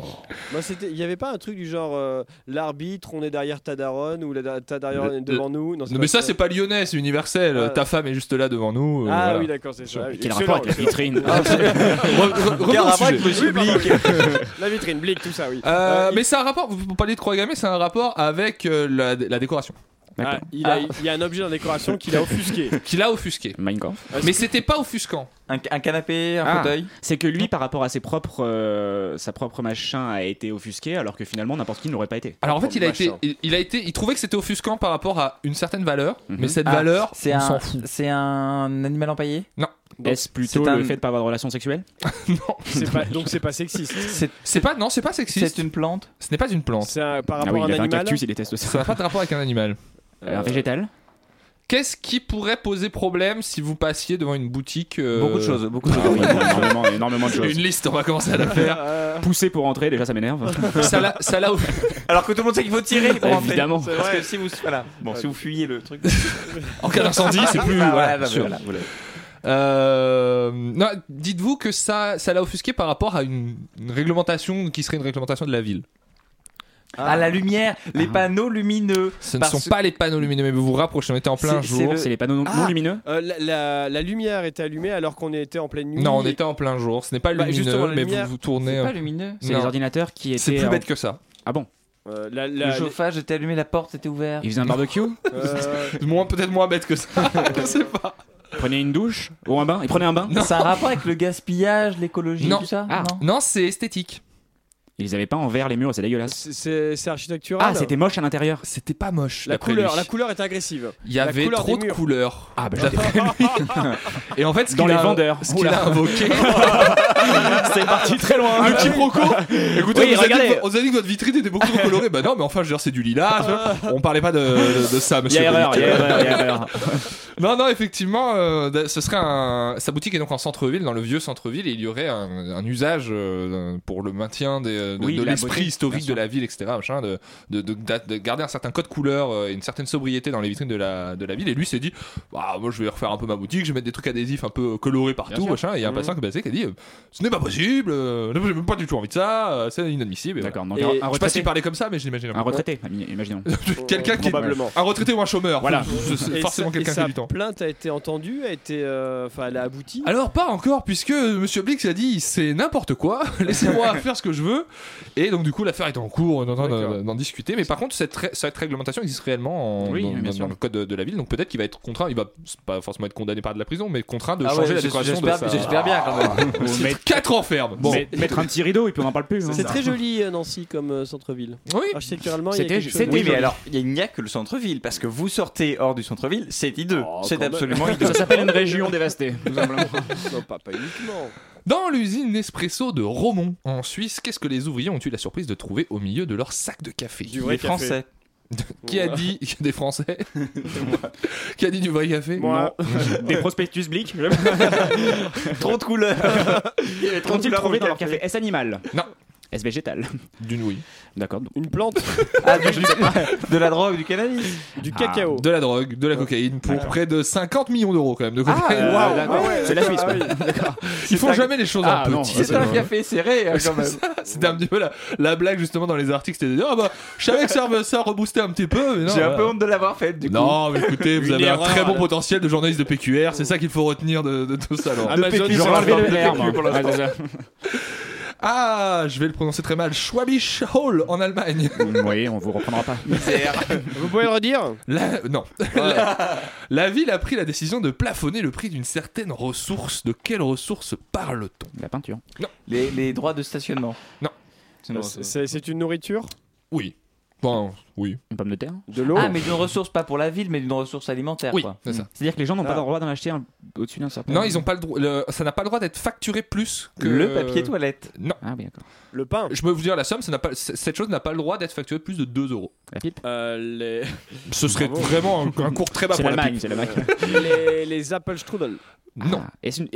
Speaker 9: Moi, c'était, il n'y avait pas un truc du genre euh, l'arbitre, on est derrière ta daronne ou la, ta daronne
Speaker 1: Le-
Speaker 9: est devant
Speaker 1: le-
Speaker 9: nous. Non,
Speaker 1: mais ça, c'est pas lyonnais, c'est universel.
Speaker 9: Ah.
Speaker 1: Ta femme est juste là devant nous. euh,
Speaker 9: Ah
Speaker 1: voilà.
Speaker 9: oui, d'accord, c'est ça.
Speaker 1: Et
Speaker 9: Excellent, excellent.
Speaker 1: Ah, c'est- Re- re- revenons au sujet.
Speaker 9: Oui, pardon. La vitrine, Blick, tout ça, oui.
Speaker 1: Euh, mais c'est un rapport, vous parlez de croix gammée, c'est un rapport avec euh, la, la décoration.
Speaker 9: Ah, il, a, il y a un objet dans la décoration qu'il a offusqué.
Speaker 1: Qu'il a offusqué.
Speaker 14: Minecraft.
Speaker 1: Mais c'était pas offusquant.
Speaker 6: Un, canapé,
Speaker 14: Ah, C'est que lui, par rapport à ses propres, euh, sa propre machin, a été offusqué, alors que finalement n'importe qui n'aurait pas été.
Speaker 1: Alors en fait, il a, été,
Speaker 14: Machin.
Speaker 1: il, il a été, il trouvait que c'était offusquant par rapport à une certaine valeur, mais cette
Speaker 6: Ah,
Speaker 1: valeur,
Speaker 6: c'est
Speaker 1: on
Speaker 6: un-
Speaker 1: s'en fout.
Speaker 6: C'est un animal empaillé
Speaker 1: Non.
Speaker 14: Est-ce plutôt
Speaker 6: C'est un-
Speaker 14: le fait de pas avoir de relation sexuelle
Speaker 9: C'est pas- donc c'est pas sexiste.
Speaker 1: C'est pas, non, c'est pas sexiste.
Speaker 6: C'est une plante.
Speaker 1: Ce n'est pas une plante.
Speaker 9: C'est un- par
Speaker 14: Ah
Speaker 9: rapport
Speaker 14: oui,
Speaker 9: à
Speaker 14: il
Speaker 9: un
Speaker 14: avait un
Speaker 9: animal.
Speaker 14: cactus, il déteste ça.
Speaker 1: Ça n'a pas de rapport avec un animal.
Speaker 14: Un végétal
Speaker 1: Qu'est-ce qui pourrait poser problème si vous passiez devant une boutique euh,
Speaker 14: Beaucoup de choses, beaucoup de choses. Ah oui, énormément, énormément de choses.
Speaker 1: Une liste, on va commencer à la faire.
Speaker 14: Pousser pour entrer, déjà ça m'énerve.
Speaker 1: ça l'a, ça l'a off-
Speaker 6: Alors que tout le monde sait qu'il faut tirer pour entrer.
Speaker 14: Évidemment.
Speaker 6: Parce que si vous, voilà. bon, si vous fuyez le truc.
Speaker 1: En cas d'incendie, c'est plus. voilà,
Speaker 6: Ah, voilà, bah,
Speaker 1: sûr.
Speaker 6: voilà, voilà.
Speaker 1: Euh, non, dites-vous que ça, ça l'a offusqué par rapport à une, une réglementation qui serait une réglementation de la ville.
Speaker 9: Ah.
Speaker 6: à Ah, la lumière, les panneaux lumineux.
Speaker 1: Ce ne sont pas les panneaux lumineux, mais vous vous rapprochez, on était en plein
Speaker 6: C'est-
Speaker 1: jour.
Speaker 6: c'est le- C'est les panneaux non-
Speaker 9: Ah, euh, la, la- la lumière était allumée alors qu'on était en pleine nuit.
Speaker 1: Non, on était en plein jour. Ce n'est pas
Speaker 9: Bah,
Speaker 1: lumineux,
Speaker 9: justement, la
Speaker 1: mais
Speaker 9: lumière-
Speaker 1: vous vous tournez.
Speaker 9: C'est pas
Speaker 1: euh,
Speaker 9: lumineux
Speaker 6: C'est
Speaker 1: non.
Speaker 6: les ordinateurs
Speaker 14: qui
Speaker 1: C'est
Speaker 14: étaient
Speaker 1: plus
Speaker 14: en-
Speaker 1: bête que ça.
Speaker 14: Ah bon
Speaker 9: Euh, la-
Speaker 6: le
Speaker 9: la-
Speaker 6: chauffage était allumé, la porte était ouverte.
Speaker 14: Il faisait un barbecue
Speaker 9: Euh,
Speaker 1: Moins peut-être moins bête que ça. Je sais pas.
Speaker 14: Prenez une douche ou un bain Il prenait un bain
Speaker 6: Ça a un rapport avec le gaspillage, l'écologie,
Speaker 1: Non.
Speaker 6: tout ça
Speaker 14: Ah.
Speaker 1: Non, c'est esthétique.
Speaker 14: Ils avaient pas en vert les murs, c'est dégueulasse.
Speaker 9: c'est- C'est c'est architectural.
Speaker 14: Ah, c'était moche à l'intérieur.
Speaker 1: C'était pas moche.
Speaker 9: La
Speaker 14: d'après
Speaker 9: couleur,
Speaker 14: lui.
Speaker 9: la couleur était agressive.
Speaker 1: Il y
Speaker 9: La
Speaker 1: avait
Speaker 9: couleur
Speaker 1: trop
Speaker 9: des
Speaker 1: de
Speaker 9: murs.
Speaker 1: couleurs.
Speaker 14: Ah, bah,
Speaker 1: D'après lui. ben, Et en fait, ce
Speaker 14: Dans
Speaker 1: qu'il
Speaker 14: les
Speaker 1: a-
Speaker 14: vendeurs.
Speaker 1: ce qu'il
Speaker 14: Oula.
Speaker 1: a invoqué.
Speaker 14: C'est parti très loin.
Speaker 1: Un petit proco Écoutez,
Speaker 14: Oui,
Speaker 1: on, vous a dit
Speaker 14: regardez.
Speaker 1: que, on vous a dit que votre vitrine était beaucoup trop colorée. Bah non, mais enfin, je veux dire, c'est du lilas. On parlait pas de, de ça,
Speaker 14: Il y
Speaker 1: monsieur.
Speaker 14: a erreur, il
Speaker 1: Bonic.
Speaker 14: y a erreur, il y a erreur.
Speaker 1: Non, non, effectivement, euh, ce serait un. Sa boutique est donc en centre-ville, dans le vieux centre-ville, et il y aurait un, un usage euh, pour le maintien des, euh, de,
Speaker 14: Oui,
Speaker 1: de
Speaker 14: la
Speaker 1: l'esprit
Speaker 14: beauté,
Speaker 1: historique
Speaker 14: bien
Speaker 1: de
Speaker 14: sûr.
Speaker 1: la ville, etc. Machin, de, de, de- d'a- de garder un certain code couleur euh, et une certaine sobriété dans les vitrines de la, de la ville. Et lui s'est dit, bah, moi je vais refaire un peu ma boutique, je vais mettre des trucs adhésifs un peu colorés partout,
Speaker 14: sûr.
Speaker 1: machin. Et il y a un
Speaker 14: Mhm.
Speaker 1: patient qui est passé qui a dit, euh, ce n'est pas possible, euh, j'ai même pas du tout envie de ça, euh, c'est inadmissible. Et
Speaker 14: D'accord, donc
Speaker 1: voilà.
Speaker 14: un- un
Speaker 1: Et Je sais pas
Speaker 14: retraité.
Speaker 1: s'il parlait comme ça, mais je l'imagine.
Speaker 14: Un retraité, imaginons.
Speaker 1: Quelqu'un qui.
Speaker 9: Probablement.
Speaker 1: Un retraité ou un chômeur.
Speaker 14: Voilà.
Speaker 1: Je- je-
Speaker 9: Et
Speaker 1: Forcément
Speaker 9: sa- et
Speaker 1: quelqu'un qui a
Speaker 9: sa
Speaker 1: du temps. Ah,
Speaker 9: plainte a été entendue, a été, euh, enfin, elle a abouti.
Speaker 1: Alors pas encore puisque Monsieur Blix a dit c'est n'importe quoi, laissez-moi faire ce que je veux et donc du coup l'affaire est en cours on est en train d'en d'en discuter mais par contre cette, ré- cette réglementation existe réellement en-
Speaker 14: Oui,
Speaker 1: dans,
Speaker 14: bien
Speaker 1: dans-
Speaker 14: sûr.
Speaker 1: dans le code de, de la ville donc peut-être qu'il va être contraint, il va c'est pas forcément être condamné par de la prison mais contraint de
Speaker 6: Ah ouais,
Speaker 1: changer la
Speaker 6: j'es-
Speaker 1: décoration de
Speaker 6: j'espère-
Speaker 1: sa...
Speaker 6: j'espère bien, quand même.
Speaker 1: Ou
Speaker 14: Ou
Speaker 1: mettre
Speaker 14: mettre-
Speaker 1: 4 ans ferme bon.
Speaker 14: Bon. Mettre un petit rideau et puis on en parle plus. hein.
Speaker 9: C'est très joli euh, Nancy comme euh, centre-ville.
Speaker 1: Oui.
Speaker 9: Architecturalement, il y a
Speaker 6: C'était,
Speaker 9: quelque chose
Speaker 6: c'était-
Speaker 9: de-
Speaker 6: oui, mais alors, il n'y a que le centre-ville, parce que vous sortez hors du centre-ville, c'est hideux. c'est
Speaker 9: quand même.
Speaker 6: absolument hideux.
Speaker 14: Ça s'appelle une région dévastée. tout simplement.
Speaker 9: Non, pas, pas uniquement.
Speaker 1: Dans l'usine Nespresso de Romont en Suisse qu'est-ce que les ouvriers ont eu la surprise de trouver au milieu de leur sac de café
Speaker 9: Du vrai
Speaker 6: Les
Speaker 9: café.
Speaker 6: Français.
Speaker 1: Qui a dit des Français Qui a dit du vrai café
Speaker 9: Moi. euh,
Speaker 14: Des prospectus blic.
Speaker 6: Trop de couleurs.
Speaker 14: Qu'ont-ils
Speaker 9: couleurs
Speaker 14: trouvé
Speaker 9: dans
Speaker 14: dans leur
Speaker 9: le
Speaker 14: café Est-ce animal
Speaker 1: Non.
Speaker 14: Est-ce végétal
Speaker 1: D'une oui.
Speaker 14: D'accord. donc-
Speaker 9: Une plante,
Speaker 6: Ah, du- de la drogue, du cannabis.
Speaker 9: du
Speaker 14: Ah.
Speaker 9: cacao.
Speaker 1: De la drogue, de la cocaïne, pour près de 50 millions d'euros quand même de cocaïne.
Speaker 14: euh,
Speaker 9: Waouh.
Speaker 14: d'accord.
Speaker 9: Ah ouais,
Speaker 14: C'est la Suisse.
Speaker 9: ah
Speaker 14: quoi.
Speaker 1: Ils font
Speaker 14: un-
Speaker 1: jamais les choses
Speaker 14: Ah,
Speaker 1: en
Speaker 14: non,
Speaker 1: petit.
Speaker 14: bah,
Speaker 6: C'est un café serré, hein, quand même.
Speaker 1: C'était un petit peu la, la blague justement dans les articles, c'était de dire ah bah je savais que ça, re- ça reboostait un petit peu. mais non,
Speaker 6: J'ai un
Speaker 1: voilà.
Speaker 6: peu honte de l'avoir faite, du coup.
Speaker 1: Non, mais écoutez, vous
Speaker 9: Une
Speaker 1: avez
Speaker 9: erreur,
Speaker 1: un très bon
Speaker 9: là.
Speaker 1: potentiel de journaliste de PQR, c'est ça qu'il faut retenir de, de tout ça. alors.
Speaker 9: Amazon,
Speaker 6: PQ,
Speaker 9: sur
Speaker 14: J'ai
Speaker 9: la-
Speaker 14: enlevé
Speaker 6: de
Speaker 14: le R.
Speaker 6: PQ pour
Speaker 14: moi.
Speaker 6: l'instant.
Speaker 14: Ouais, c'est ça.
Speaker 1: Ah, je vais le prononcer très mal, Schwabisch Hall en Allemagne.
Speaker 14: Oui, on vous reprendra pas.
Speaker 9: Vous pouvez le redire
Speaker 1: La- Non. la, la ville a pris la décision de plafonner le prix d'une certaine ressource. De quelle ressource parle-t-on
Speaker 14: La peinture.
Speaker 6: Les, les droits de stationnement.
Speaker 1: Non.
Speaker 6: C'est une ressource.
Speaker 9: Euh, C'est c'est une nourriture
Speaker 1: Oui. Bon, oui.
Speaker 14: Une pomme de terre.
Speaker 9: De l'eau
Speaker 6: Ah, mais d'une ressource pas pour la ville, mais d'une ressource alimentaire.
Speaker 1: Oui,
Speaker 6: quoi.
Speaker 1: Bah, c'est ça.
Speaker 14: C'est-à-dire que les gens n'ont
Speaker 9: Ah.
Speaker 14: pas le droit d'en acheter un- au-dessus d'un certain.
Speaker 1: Non, ils ont pas le droit. le- Ça n'a pas le droit d'être facturé plus que
Speaker 6: Le papier toilette.
Speaker 1: Non.
Speaker 14: Ah oui, d'accord.
Speaker 9: Le pain
Speaker 1: Je peux vous dire la somme, ça n'a pas, c- cette chose n'a pas le droit d'être facturée plus de 2 euros.
Speaker 14: La pipe.
Speaker 9: Euh, les...
Speaker 1: Ce serait
Speaker 9: Bravo.
Speaker 1: vraiment un, un cours très bas
Speaker 14: C'est
Speaker 1: pour la
Speaker 14: l'Allemagne,
Speaker 1: pipe.
Speaker 14: c'est
Speaker 9: Euh,
Speaker 14: l'Allemagne.
Speaker 9: les, les apple strudel.
Speaker 1: Non.
Speaker 14: Ah, est-ce une-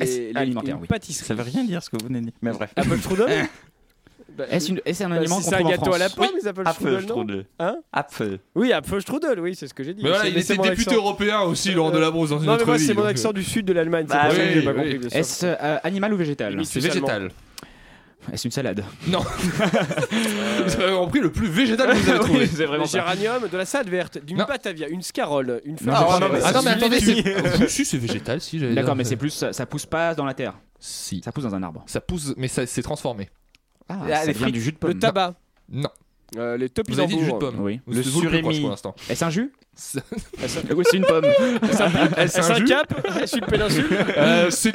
Speaker 14: Est-ce
Speaker 9: Les, les-
Speaker 14: alimentaire,
Speaker 9: une
Speaker 14: oui.
Speaker 9: pâtisserie.
Speaker 6: Ça veut rien dire ce que vous venez de dire. Mais bref.
Speaker 9: Apple strudel Bah,
Speaker 14: Est-ce une- est-ce un
Speaker 9: bah,
Speaker 14: aliment
Speaker 9: si
Speaker 14: qu'on
Speaker 9: c'est un
Speaker 14: trouve en
Speaker 9: gâteau à
Speaker 14: France
Speaker 9: la pomme, les apple strudel, non
Speaker 6: Apfelstrudel.
Speaker 9: Hein
Speaker 6: Apfel.
Speaker 9: Oui, apple strudel, oui, c'est ce que j'ai dit.
Speaker 1: Mais voilà,
Speaker 9: C'est-
Speaker 1: il
Speaker 9: mais
Speaker 1: était
Speaker 9: c'est mon
Speaker 1: député
Speaker 9: accent.
Speaker 1: européen aussi, Laurent Delabrousse, dans une
Speaker 9: Non, mais
Speaker 1: autre
Speaker 9: moi,
Speaker 1: vie,
Speaker 9: c'est mon
Speaker 1: donc,
Speaker 9: accent du sud de l'Allemagne. C'est
Speaker 6: Bah
Speaker 9: pour ça
Speaker 1: oui,
Speaker 9: que j'ai pas
Speaker 1: oui.
Speaker 9: compris. bien sûr.
Speaker 14: Est-ce euh, animal ou végétal
Speaker 1: euh, C'est végétal.
Speaker 14: Est-ce une salade
Speaker 1: Non. Vous avez compris le plus végétal que vous avez trouvé.
Speaker 14: C'est
Speaker 9: Des géraniums, de la salade verte, d'une
Speaker 1: Non.
Speaker 9: batavia, une scarole, une
Speaker 14: Non,
Speaker 9: farfalle.
Speaker 14: je sais pas.
Speaker 1: Ah non, mais
Speaker 9: une
Speaker 1: attendez,
Speaker 9: laitue.
Speaker 1: c'est. si, c'est végétal, si j'avais
Speaker 14: D'accord,
Speaker 1: dit.
Speaker 14: mais c'est plus ça, ça pousse pas dans la terre.
Speaker 1: Si.
Speaker 14: Ça pousse dans un arbre.
Speaker 1: Ça pousse, mais ça s'est transformé.
Speaker 14: Ah,
Speaker 6: Ah, les
Speaker 14: ça vient
Speaker 6: frites.
Speaker 14: du jus de pomme.
Speaker 9: Le tabac,
Speaker 1: Non.
Speaker 9: euh, les
Speaker 1: Vous avez dit du jus de
Speaker 9: topinambours.
Speaker 1: pomme.
Speaker 14: Oui.
Speaker 1: Vous-
Speaker 6: Le
Speaker 1: vous plus proche
Speaker 6: surimi.
Speaker 1: pour l'instant.
Speaker 14: Est-ce un jus
Speaker 1: C'est-
Speaker 14: Oui, c'est une pomme.
Speaker 1: Est-ce
Speaker 9: Est-ce
Speaker 1: un
Speaker 9: un
Speaker 1: jus
Speaker 9: cap Est-ce une péninsule
Speaker 1: Euh, c'est-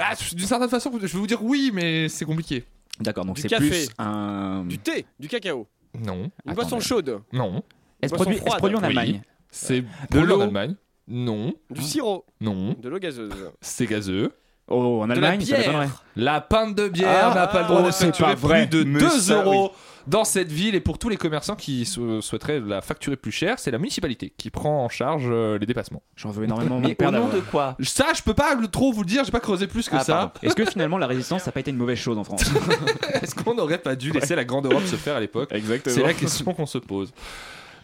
Speaker 1: Ah, D'une certaine façon, je vais vous dire oui, mais c'est compliqué.
Speaker 14: D'accord, donc
Speaker 9: Du
Speaker 14: c'est
Speaker 9: café.
Speaker 14: plus un.
Speaker 9: Du thé, du cacao,
Speaker 1: Non.
Speaker 9: une
Speaker 14: Attends,
Speaker 9: boisson
Speaker 14: mais-
Speaker 9: chaude,
Speaker 1: Non.
Speaker 14: Est-ce
Speaker 9: Boisson
Speaker 14: produit, est-ce
Speaker 9: froide.
Speaker 14: produit en
Speaker 1: Oui.
Speaker 14: Allemagne
Speaker 1: C'est
Speaker 6: de
Speaker 1: brûlé en
Speaker 6: l'eau.
Speaker 1: Allemagne. Non.
Speaker 9: du sirop,
Speaker 1: Non.
Speaker 9: de l'eau gazeuse.
Speaker 1: C'est gazeux.
Speaker 14: Oh, en Allemagne,
Speaker 9: de la
Speaker 14: ça
Speaker 9: bière.
Speaker 14: m'étonnerait.
Speaker 1: La pinte de bière
Speaker 9: Ah,
Speaker 1: n'a pas le droit
Speaker 9: oh,
Speaker 1: de
Speaker 9: c'est
Speaker 1: facturer
Speaker 14: pas vrai.
Speaker 1: plus de
Speaker 6: Mais
Speaker 1: 2
Speaker 6: ça,
Speaker 1: euros dans cette ville. Et pour tous les commerçants qui sou- souhaiteraient la facturer plus cher, c'est la municipalité qui prend en charge euh, les dépassements.
Speaker 14: J'en veux énormément. mon
Speaker 6: Mais
Speaker 14: père
Speaker 6: au nom
Speaker 14: d'avoir-
Speaker 6: de quoi
Speaker 1: Ça, je peux pas le- trop vous le dire, j'ai pas creusé plus que
Speaker 6: Ah,
Speaker 1: ça.
Speaker 14: Est-ce que finalement la résistance ça n'a pas été une mauvaise chose en France
Speaker 1: Est-ce qu'on n'aurait pas dû laisser la grande Europe se faire à l'époque
Speaker 14: Exactement.
Speaker 1: C'est la question qu'on se pose.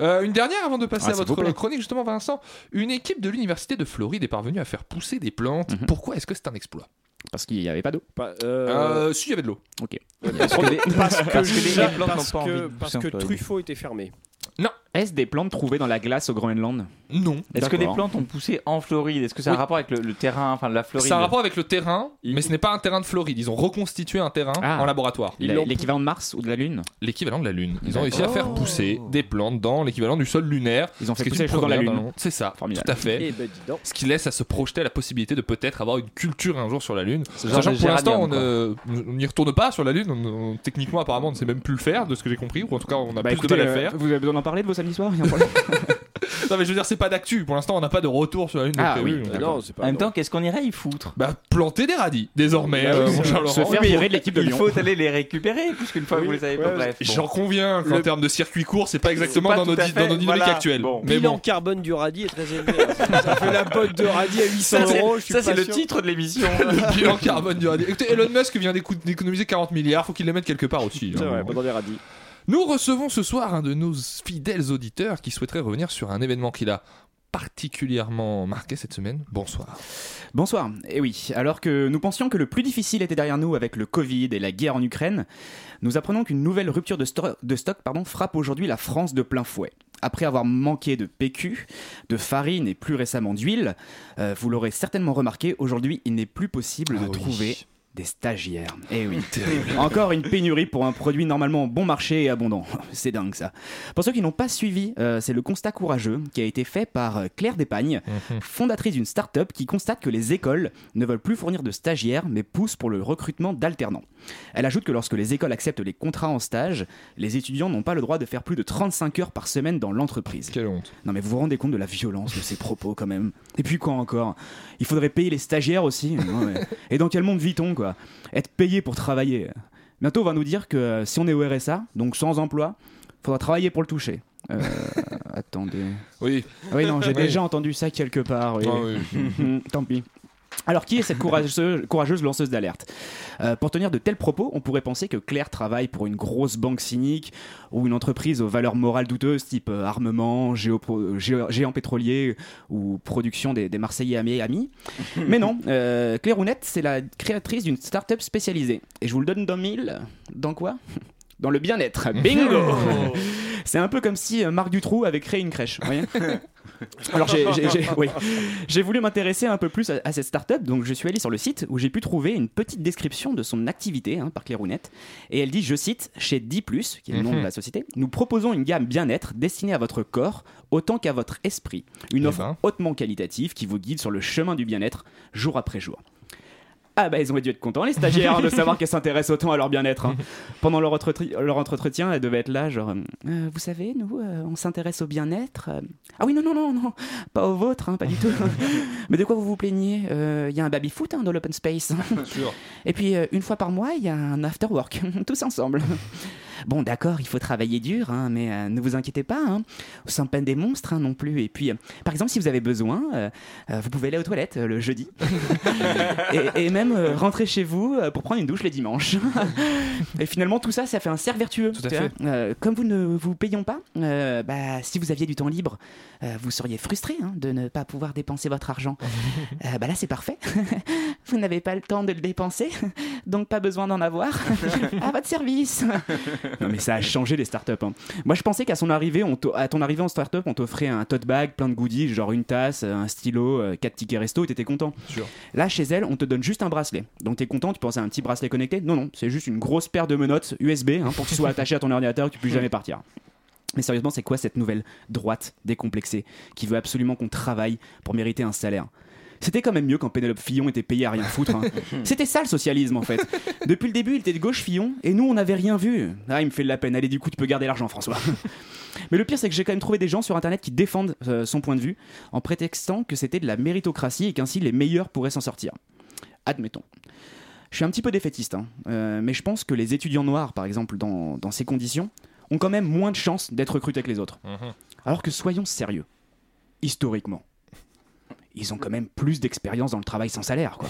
Speaker 1: Euh, une dernière avant de passer
Speaker 14: Ah,
Speaker 1: à
Speaker 14: s'il vous
Speaker 1: votre
Speaker 14: plaît.
Speaker 1: chronique, justement, Vincent. Une équipe de l'université de Floride est parvenue à faire pousser des plantes. Pourquoi est-ce que c'est un exploit
Speaker 14: Parce qu'il n'y avait pas d'eau.
Speaker 9: Pas-
Speaker 1: Euh, si, il y avait de l'eau.
Speaker 14: Ok.
Speaker 9: Parce que les- parce que
Speaker 14: parce que
Speaker 9: déjà-
Speaker 14: les plantes
Speaker 9: parce
Speaker 14: n'ont pas
Speaker 9: que-
Speaker 14: envie de
Speaker 9: parce que
Speaker 14: s'implorer.
Speaker 9: Truffaut était fermé.
Speaker 1: Non.
Speaker 14: Est-ce des plantes trouvées dans la glace au Groenland
Speaker 1: Non.
Speaker 6: Est-ce que les plantes ont poussé en Floride Est-ce que ça a un
Speaker 1: Oui.
Speaker 6: rapport avec le, le terrain, enfin la Floride
Speaker 1: Ça a un rapport avec le terrain, mais ce n'est pas un terrain de Floride. Ils ont reconstitué un terrain
Speaker 14: Ah.
Speaker 1: en laboratoire.
Speaker 14: Ils l'ont- L'équivalent de Mars ou de la Lune
Speaker 1: L'équivalent de la Lune. Ils ont réussi à faire pousser des plantes dans l'équivalent du sol lunaire.
Speaker 14: Ils ont fait
Speaker 1: ce qui est
Speaker 14: pousser
Speaker 1: une
Speaker 14: les choses dans la
Speaker 1: première
Speaker 14: Lune.
Speaker 1: le monde. C'est ça,
Speaker 14: Formidable.
Speaker 1: tout à fait.
Speaker 9: Eh ben, dis donc.
Speaker 1: Ce qui laisse à se projeter à la possibilité de peut-être avoir une culture un jour sur la Lune.
Speaker 6: le genre
Speaker 1: Sachant
Speaker 6: de
Speaker 1: que pour l'instant, on
Speaker 6: géranium,
Speaker 1: ne- on n'y retourne pas sur la Lune. On- on- techniquement, apparemment, on ne sait même plus le faire, de ce que j'ai compris. Ou en tout cas, on a
Speaker 14: Bah
Speaker 1: plus
Speaker 14: écoutez,
Speaker 1: de mal à
Speaker 14: euh,
Speaker 1: le faire.
Speaker 14: Vous avez besoin d'en parler de vos samedis soirs Il y a un problème.
Speaker 1: Non, mais je veux dire, c'est pas d'actu. Pour l'instant, on n'a pas de retour sur la Lune. de
Speaker 14: Ah
Speaker 1: prévu.
Speaker 14: oui,
Speaker 1: Donc, euh,
Speaker 9: d'accord. Non, c'est pas-
Speaker 6: En même temps, qu'est-ce qu'on irait y foutre
Speaker 1: Bah, planter des radis, désormais,
Speaker 14: Bah oui,
Speaker 1: euh,
Speaker 14: c'est
Speaker 1: mon
Speaker 14: ça.
Speaker 1: cher
Speaker 14: Se
Speaker 1: Laurent.
Speaker 14: faire virer de l'équipe de
Speaker 6: Il
Speaker 14: Lyon.
Speaker 6: faut aller les récupérer, puisqu'une fois que vous les avez pas,
Speaker 9: ouais,
Speaker 6: bref. bon.
Speaker 1: J'en conviens qu'en
Speaker 9: Le-
Speaker 1: termes de circuit court, c'est pas exactement
Speaker 6: pas
Speaker 1: dans,
Speaker 6: tout
Speaker 1: nos,
Speaker 6: à
Speaker 1: di- dans
Speaker 6: fait,
Speaker 1: nos dynamiques
Speaker 6: voilà.
Speaker 1: actuelles.
Speaker 6: Bon.
Speaker 1: Mais
Speaker 9: Bilan
Speaker 1: bon,
Speaker 9: carbone du radis est très élevé. hein. ça, ça fait la botte de radis à 800
Speaker 6: Ça, c'est-
Speaker 9: euros. je suis
Speaker 6: ça, c'est
Speaker 9: pas
Speaker 6: le
Speaker 9: sûr.
Speaker 6: titre de l'émission.
Speaker 1: le bilan carbone du radis. Écoutez, Elon Musk vient d'écou- d'économiser 40 milliards, faut qu'il les mette quelque part aussi.
Speaker 9: C'est
Speaker 1: hein.
Speaker 9: vrai, pas dans les radis.
Speaker 1: Nous recevons ce soir un de nos fidèles auditeurs qui souhaiterait revenir sur un événement qu'il a particulièrement marqué cette semaine. Bonsoir.
Speaker 14: Bonsoir. Et oui, alors que nous pensions que le plus difficile était derrière nous avec le Covid et la guerre en Ukraine, nous apprenons qu'une nouvelle rupture de, sto- de stock pardon, frappe aujourd'hui la France de plein fouet. Après avoir manqué de PQ, de farine et plus récemment d'huile, euh, vous l'aurez certainement remarqué, aujourd'hui il n'est plus possible de trouver des stagiaires. Eh oui. Encore une pénurie pour un produit normalement bon marché et abondant. C'est dingue ça. Pour ceux qui n'ont pas suivi, euh, c'est le constat courageux qui a été fait par euh, Claire Despagne,
Speaker 6: Mhm.
Speaker 14: fondatrice d'une start-up qui constate que les écoles ne veulent plus fournir de stagiaires mais poussent pour le recrutement d'alternants. Elle ajoute que lorsque les écoles acceptent les contrats en stage, les étudiants n'ont pas le droit de faire plus de 35 heures par semaine dans l'entreprise.
Speaker 1: Quelle honte.
Speaker 14: Non mais vous vous rendez compte de la violence de ces propos quand même. Et puis quoi encore Il faudrait payer les stagiaires aussi. Non, mais- Et dans quel monde vit-on quoi Être payé pour travailler. Bientôt on va nous dire que euh, si on est au RSA, donc sans emploi, faudra travailler pour le toucher. Euh, attendez.
Speaker 1: Oui.
Speaker 14: Ah Oui non j'ai
Speaker 1: Oui.
Speaker 14: déjà entendu ça quelque part. oui.
Speaker 1: Ah oui.
Speaker 14: Mhm, Tant pis. Alors, qui est cette courageuse, courageuse lanceuse d'alerte Euh, Pour tenir de tels propos, on pourrait penser que Claire travaille pour une grosse banque cynique ou une entreprise aux valeurs morales douteuses, type euh, armement, géopo- gé- géant pétrolier ou production des, des Marseillais à Miami. Mais non, euh, Claire Rounette, c'est la créatrice d'une start-up spécialisée. Et je vous le donne dans mille. Dans quoi Dans le bien-être. Bingo C'est un peu comme si euh, Marc Dutroux avait créé une crèche. vous voyez alors j'ai, j'ai- j'ai- oui. J'ai voulu m'intéresser un peu plus à, à cette startup, donc je suis allé sur le site où j'ai pu trouver une petite description de son activité hein, par Claire Rounette. Et elle dit, je cite, chez D+, qui est le nom de la société, nous proposons une gamme bien-être destinée à votre corps autant qu'à votre esprit. Une
Speaker 1: Eh
Speaker 14: offre
Speaker 1: ben.
Speaker 14: hautement qualitative qui vous guide sur le chemin du bien-être jour après jour. Ah bah ils ont dû être contents les stagiaires hein, de savoir qu'elles s'intéressent autant à leur bien-être. hein. Pendant leur, entretri- leur entretien, elles devaient être là genre Euh, vous savez nous euh, on s'intéresse au bien-être. euh. Ah oui non non non non pas au vôtre hein, pas du tout. Mais de quoi vous vous plaignez Euh, Il y a un baby foot dans l'open space.
Speaker 1: Sûr.
Speaker 14: Et puis euh, une fois par mois il y a un after work tous ensemble. Bon, d'accord, il faut travailler dur, hein, mais euh, ne vous inquiétez pas, hein, sans peine des monstres hein, non plus. Et puis, euh, par exemple, si vous avez besoin, euh, euh, vous pouvez aller aux toilettes euh, le jeudi et, et même euh, rentrer chez vous euh, pour prendre une douche les dimanches. et finalement, tout ça, ça fait un cercle vertueux.
Speaker 1: Tout à
Speaker 14: tu
Speaker 1: fait.
Speaker 14: vois. Euh, comme vous ne vous payons pas, euh, bah, si vous aviez du temps libre, euh, vous seriez frustré hein, de ne pas pouvoir dépenser votre argent. Euh, bah là, c'est parfait. vous n'avez pas le temps de le dépenser, donc pas besoin d'en avoir. à votre service. Non mais ça a changé les startups. hein. Moi je pensais qu'à son arrivée, on t'o- à ton arrivée en startup, on t'offrait un tote bag plein de goodies, genre une tasse, euh, un stylo, euh, quatre tickets resto, et t'étais content.
Speaker 1: Sûr.
Speaker 14: Là chez elle, on te donne juste un bracelet. Donc t'es content, tu penses à un petit bracelet connecté Non non, c'est juste une grosse paire de menottes USB hein, pour que tu sois attaché à ton ordinateur et que tu puisses jamais partir. Mais sérieusement, c'est quoi cette nouvelle droite décomplexée qui veut absolument qu'on travaille pour mériter un salaire c'était quand même mieux quand Pénélope Fillon était payée à rien foutre. hein. C'était ça le socialisme en fait. Depuis le début, il était de gauche Fillon et nous on n'avait rien vu. Ah, il me fait de la peine. Allez, du coup, tu peux garder l'argent, François. Mais le pire, c'est que j'ai quand même trouvé des gens sur internet qui défendent euh, son point de vue en prétextant que c'était de la méritocratie et qu'ainsi les meilleurs pourraient s'en sortir. Admettons. Je suis un petit peu défaitiste, hein, euh, mais je pense que les étudiants noirs, par exemple, dans, dans ces conditions, ont quand même moins de chances d'être recrutés que les autres.
Speaker 6: Mhm.
Speaker 1: Mhm.
Speaker 14: Alors que soyons sérieux, historiquement, ils ont quand même plus d'expérience dans le travail sans salaire, quoi.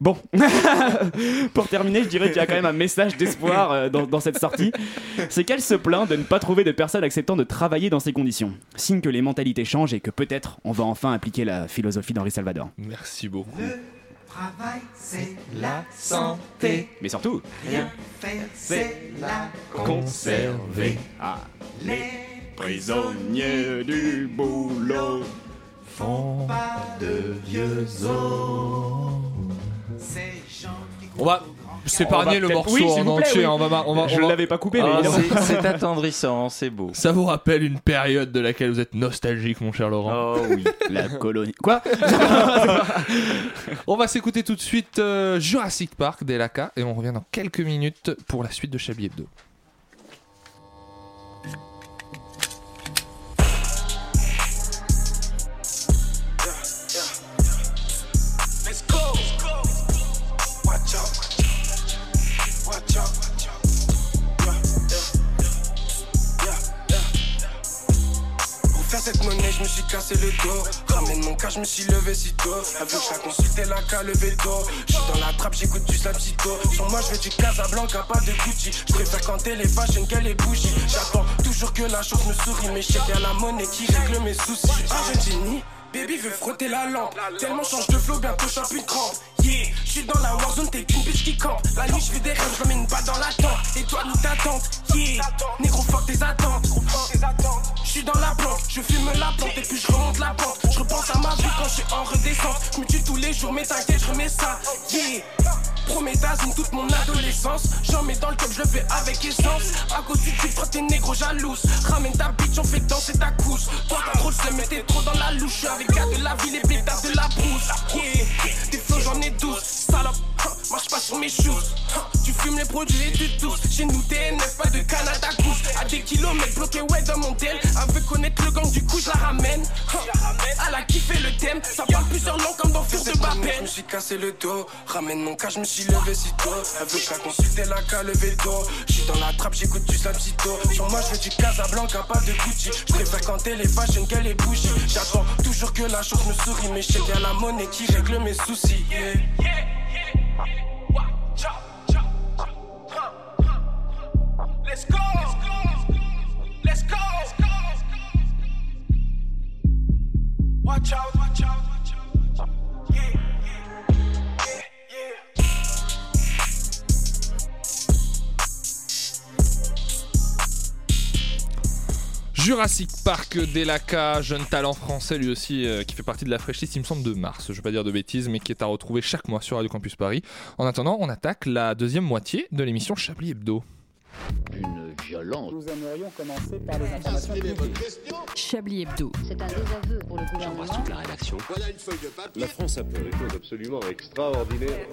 Speaker 14: Bon, pour terminer, je dirais qu'il y a quand même un message d'espoir euh, dans, dans cette sortie. C'est qu'elle se plaint de ne pas trouver de personnes acceptant de travailler dans ces conditions. Signe que les mentalités changent et que peut-être on va enfin appliquer la philosophie d'Henri Salvador.
Speaker 1: Merci beaucoup.
Speaker 4: Travail, c'est
Speaker 6: La santé.
Speaker 14: Mais surtout,
Speaker 4: rien faire, c'est la
Speaker 14: conserver. Ah.
Speaker 4: les
Speaker 14: Prisonniers du boulot
Speaker 4: font pas de vieux os. Ces gens qui
Speaker 1: On va
Speaker 6: On
Speaker 1: s'épargner
Speaker 6: va
Speaker 1: le
Speaker 6: peut-être-
Speaker 1: morceau
Speaker 6: oui, s'il
Speaker 1: en
Speaker 6: vous plaît,
Speaker 1: entier.
Speaker 6: oui.
Speaker 1: hein, on va, on va- on
Speaker 6: Je
Speaker 1: va-
Speaker 6: l'avais pas coupé, mais Ah, évidemment. c'est- c'est attendrissant, c'est beau.
Speaker 1: Ça vous rappelle une période de laquelle vous êtes nostalgique, mon cher Laurent
Speaker 14: Oh oui, la colonie. Quoi
Speaker 1: On va s'écouter tout de suite euh, Jurassic Park des Laka et on revient dans quelques minutes pour la suite de Chablis Hebdo.
Speaker 4: Let's go. Watch out. Watch out. Yeah, yeah. Yeah, yeah. Pour faire cette monnaie, je me suis cassé le dos. Ramène mon cas, je me suis levé si tôt. Avec chaque consulté, la cas levé tôt. Je suis dans la trappe, j'écoute du slap psycho. Sur moi, je veux du Casablanca, pas de Gucci. Je préfère quand les fashion que les bougies. J'attends toujours que la chose me sourit. Mais je sais bien la monnaie qui règle mes soucis. Ah, Un jeune génie. Baby veut frotter la lampe Tellement change de flow, bientôt j'appe une crampe Yeah, je suis dans la warzone, t'es qu'une bitch qui campe La nuit je fais des rêves, je mets une balle dans la tente Et toi nous t'attentes, yeah Négro fuck tes attentes Je suis dans la planque, je fume la plante Et puis je remonte la pente Je repense à ma vie quand je suis en redescente Je me tue tous les jours mais t'inquiète je remets ça Yeah Prométhazine toute mon adolescence J'en mets dans le cup, je le fais avec essence À cause du titre, t'es négro jalouse Ramène ta bitch, on fait danser ta couche Toi t'as trop de seum, mais t'es trop dans la louche Je suis avec gars de la ville, les pétards de la brousse Yeah, des flots j'en ai douze Salope, hein, marche pas sur mes choses Hein, Tu fumes les produits et tu tousses Chez nous TNF, pas de Canada Goose À des kilomètres bloqués, ouais dans mon tel Avec connaître le gang, du coup je la ramène Hein, À la kiffer le thème Ça parle plusieurs langues comme dans Fur de Babel Je me suis cassé le dos, ramène mon cas, je me suis levé si tôt Elle veut qu'à consulter la cas, lever le dos Je suis dans la trappe, j'écoute du slap si tôt Sur moi je veux du Casablanca, pas de Gucci Je préfère quand les fashion que les bougies J'attends toujours que la chose me sourit Mais je sais bien la monnaie qui règle mes soucis yeah. Let's go. Let's go. Watch out, watch out, watch out, watch out. Yeah, yeah, yeah, yeah.
Speaker 1: Jurassic Park Delaka, jeune talent français lui aussi euh, qui fait partie de la fraîche liste, il me semble de mars, je vais pas dire de bêtises, mais qui est à retrouver chaque mois sur Radio Campus Paris. En attendant, on attaque la deuxième moitié de l'émission Chablis Hebdo.
Speaker 15: Une violence.
Speaker 16: Nous aimerions commencer par les informations
Speaker 8: Chablis Hebdo.
Speaker 17: C'est un désaveu pour le gouvernement.
Speaker 18: toute la rédaction. Voilà une feuille de papier. La France a fait des choses absolument extraordinaires.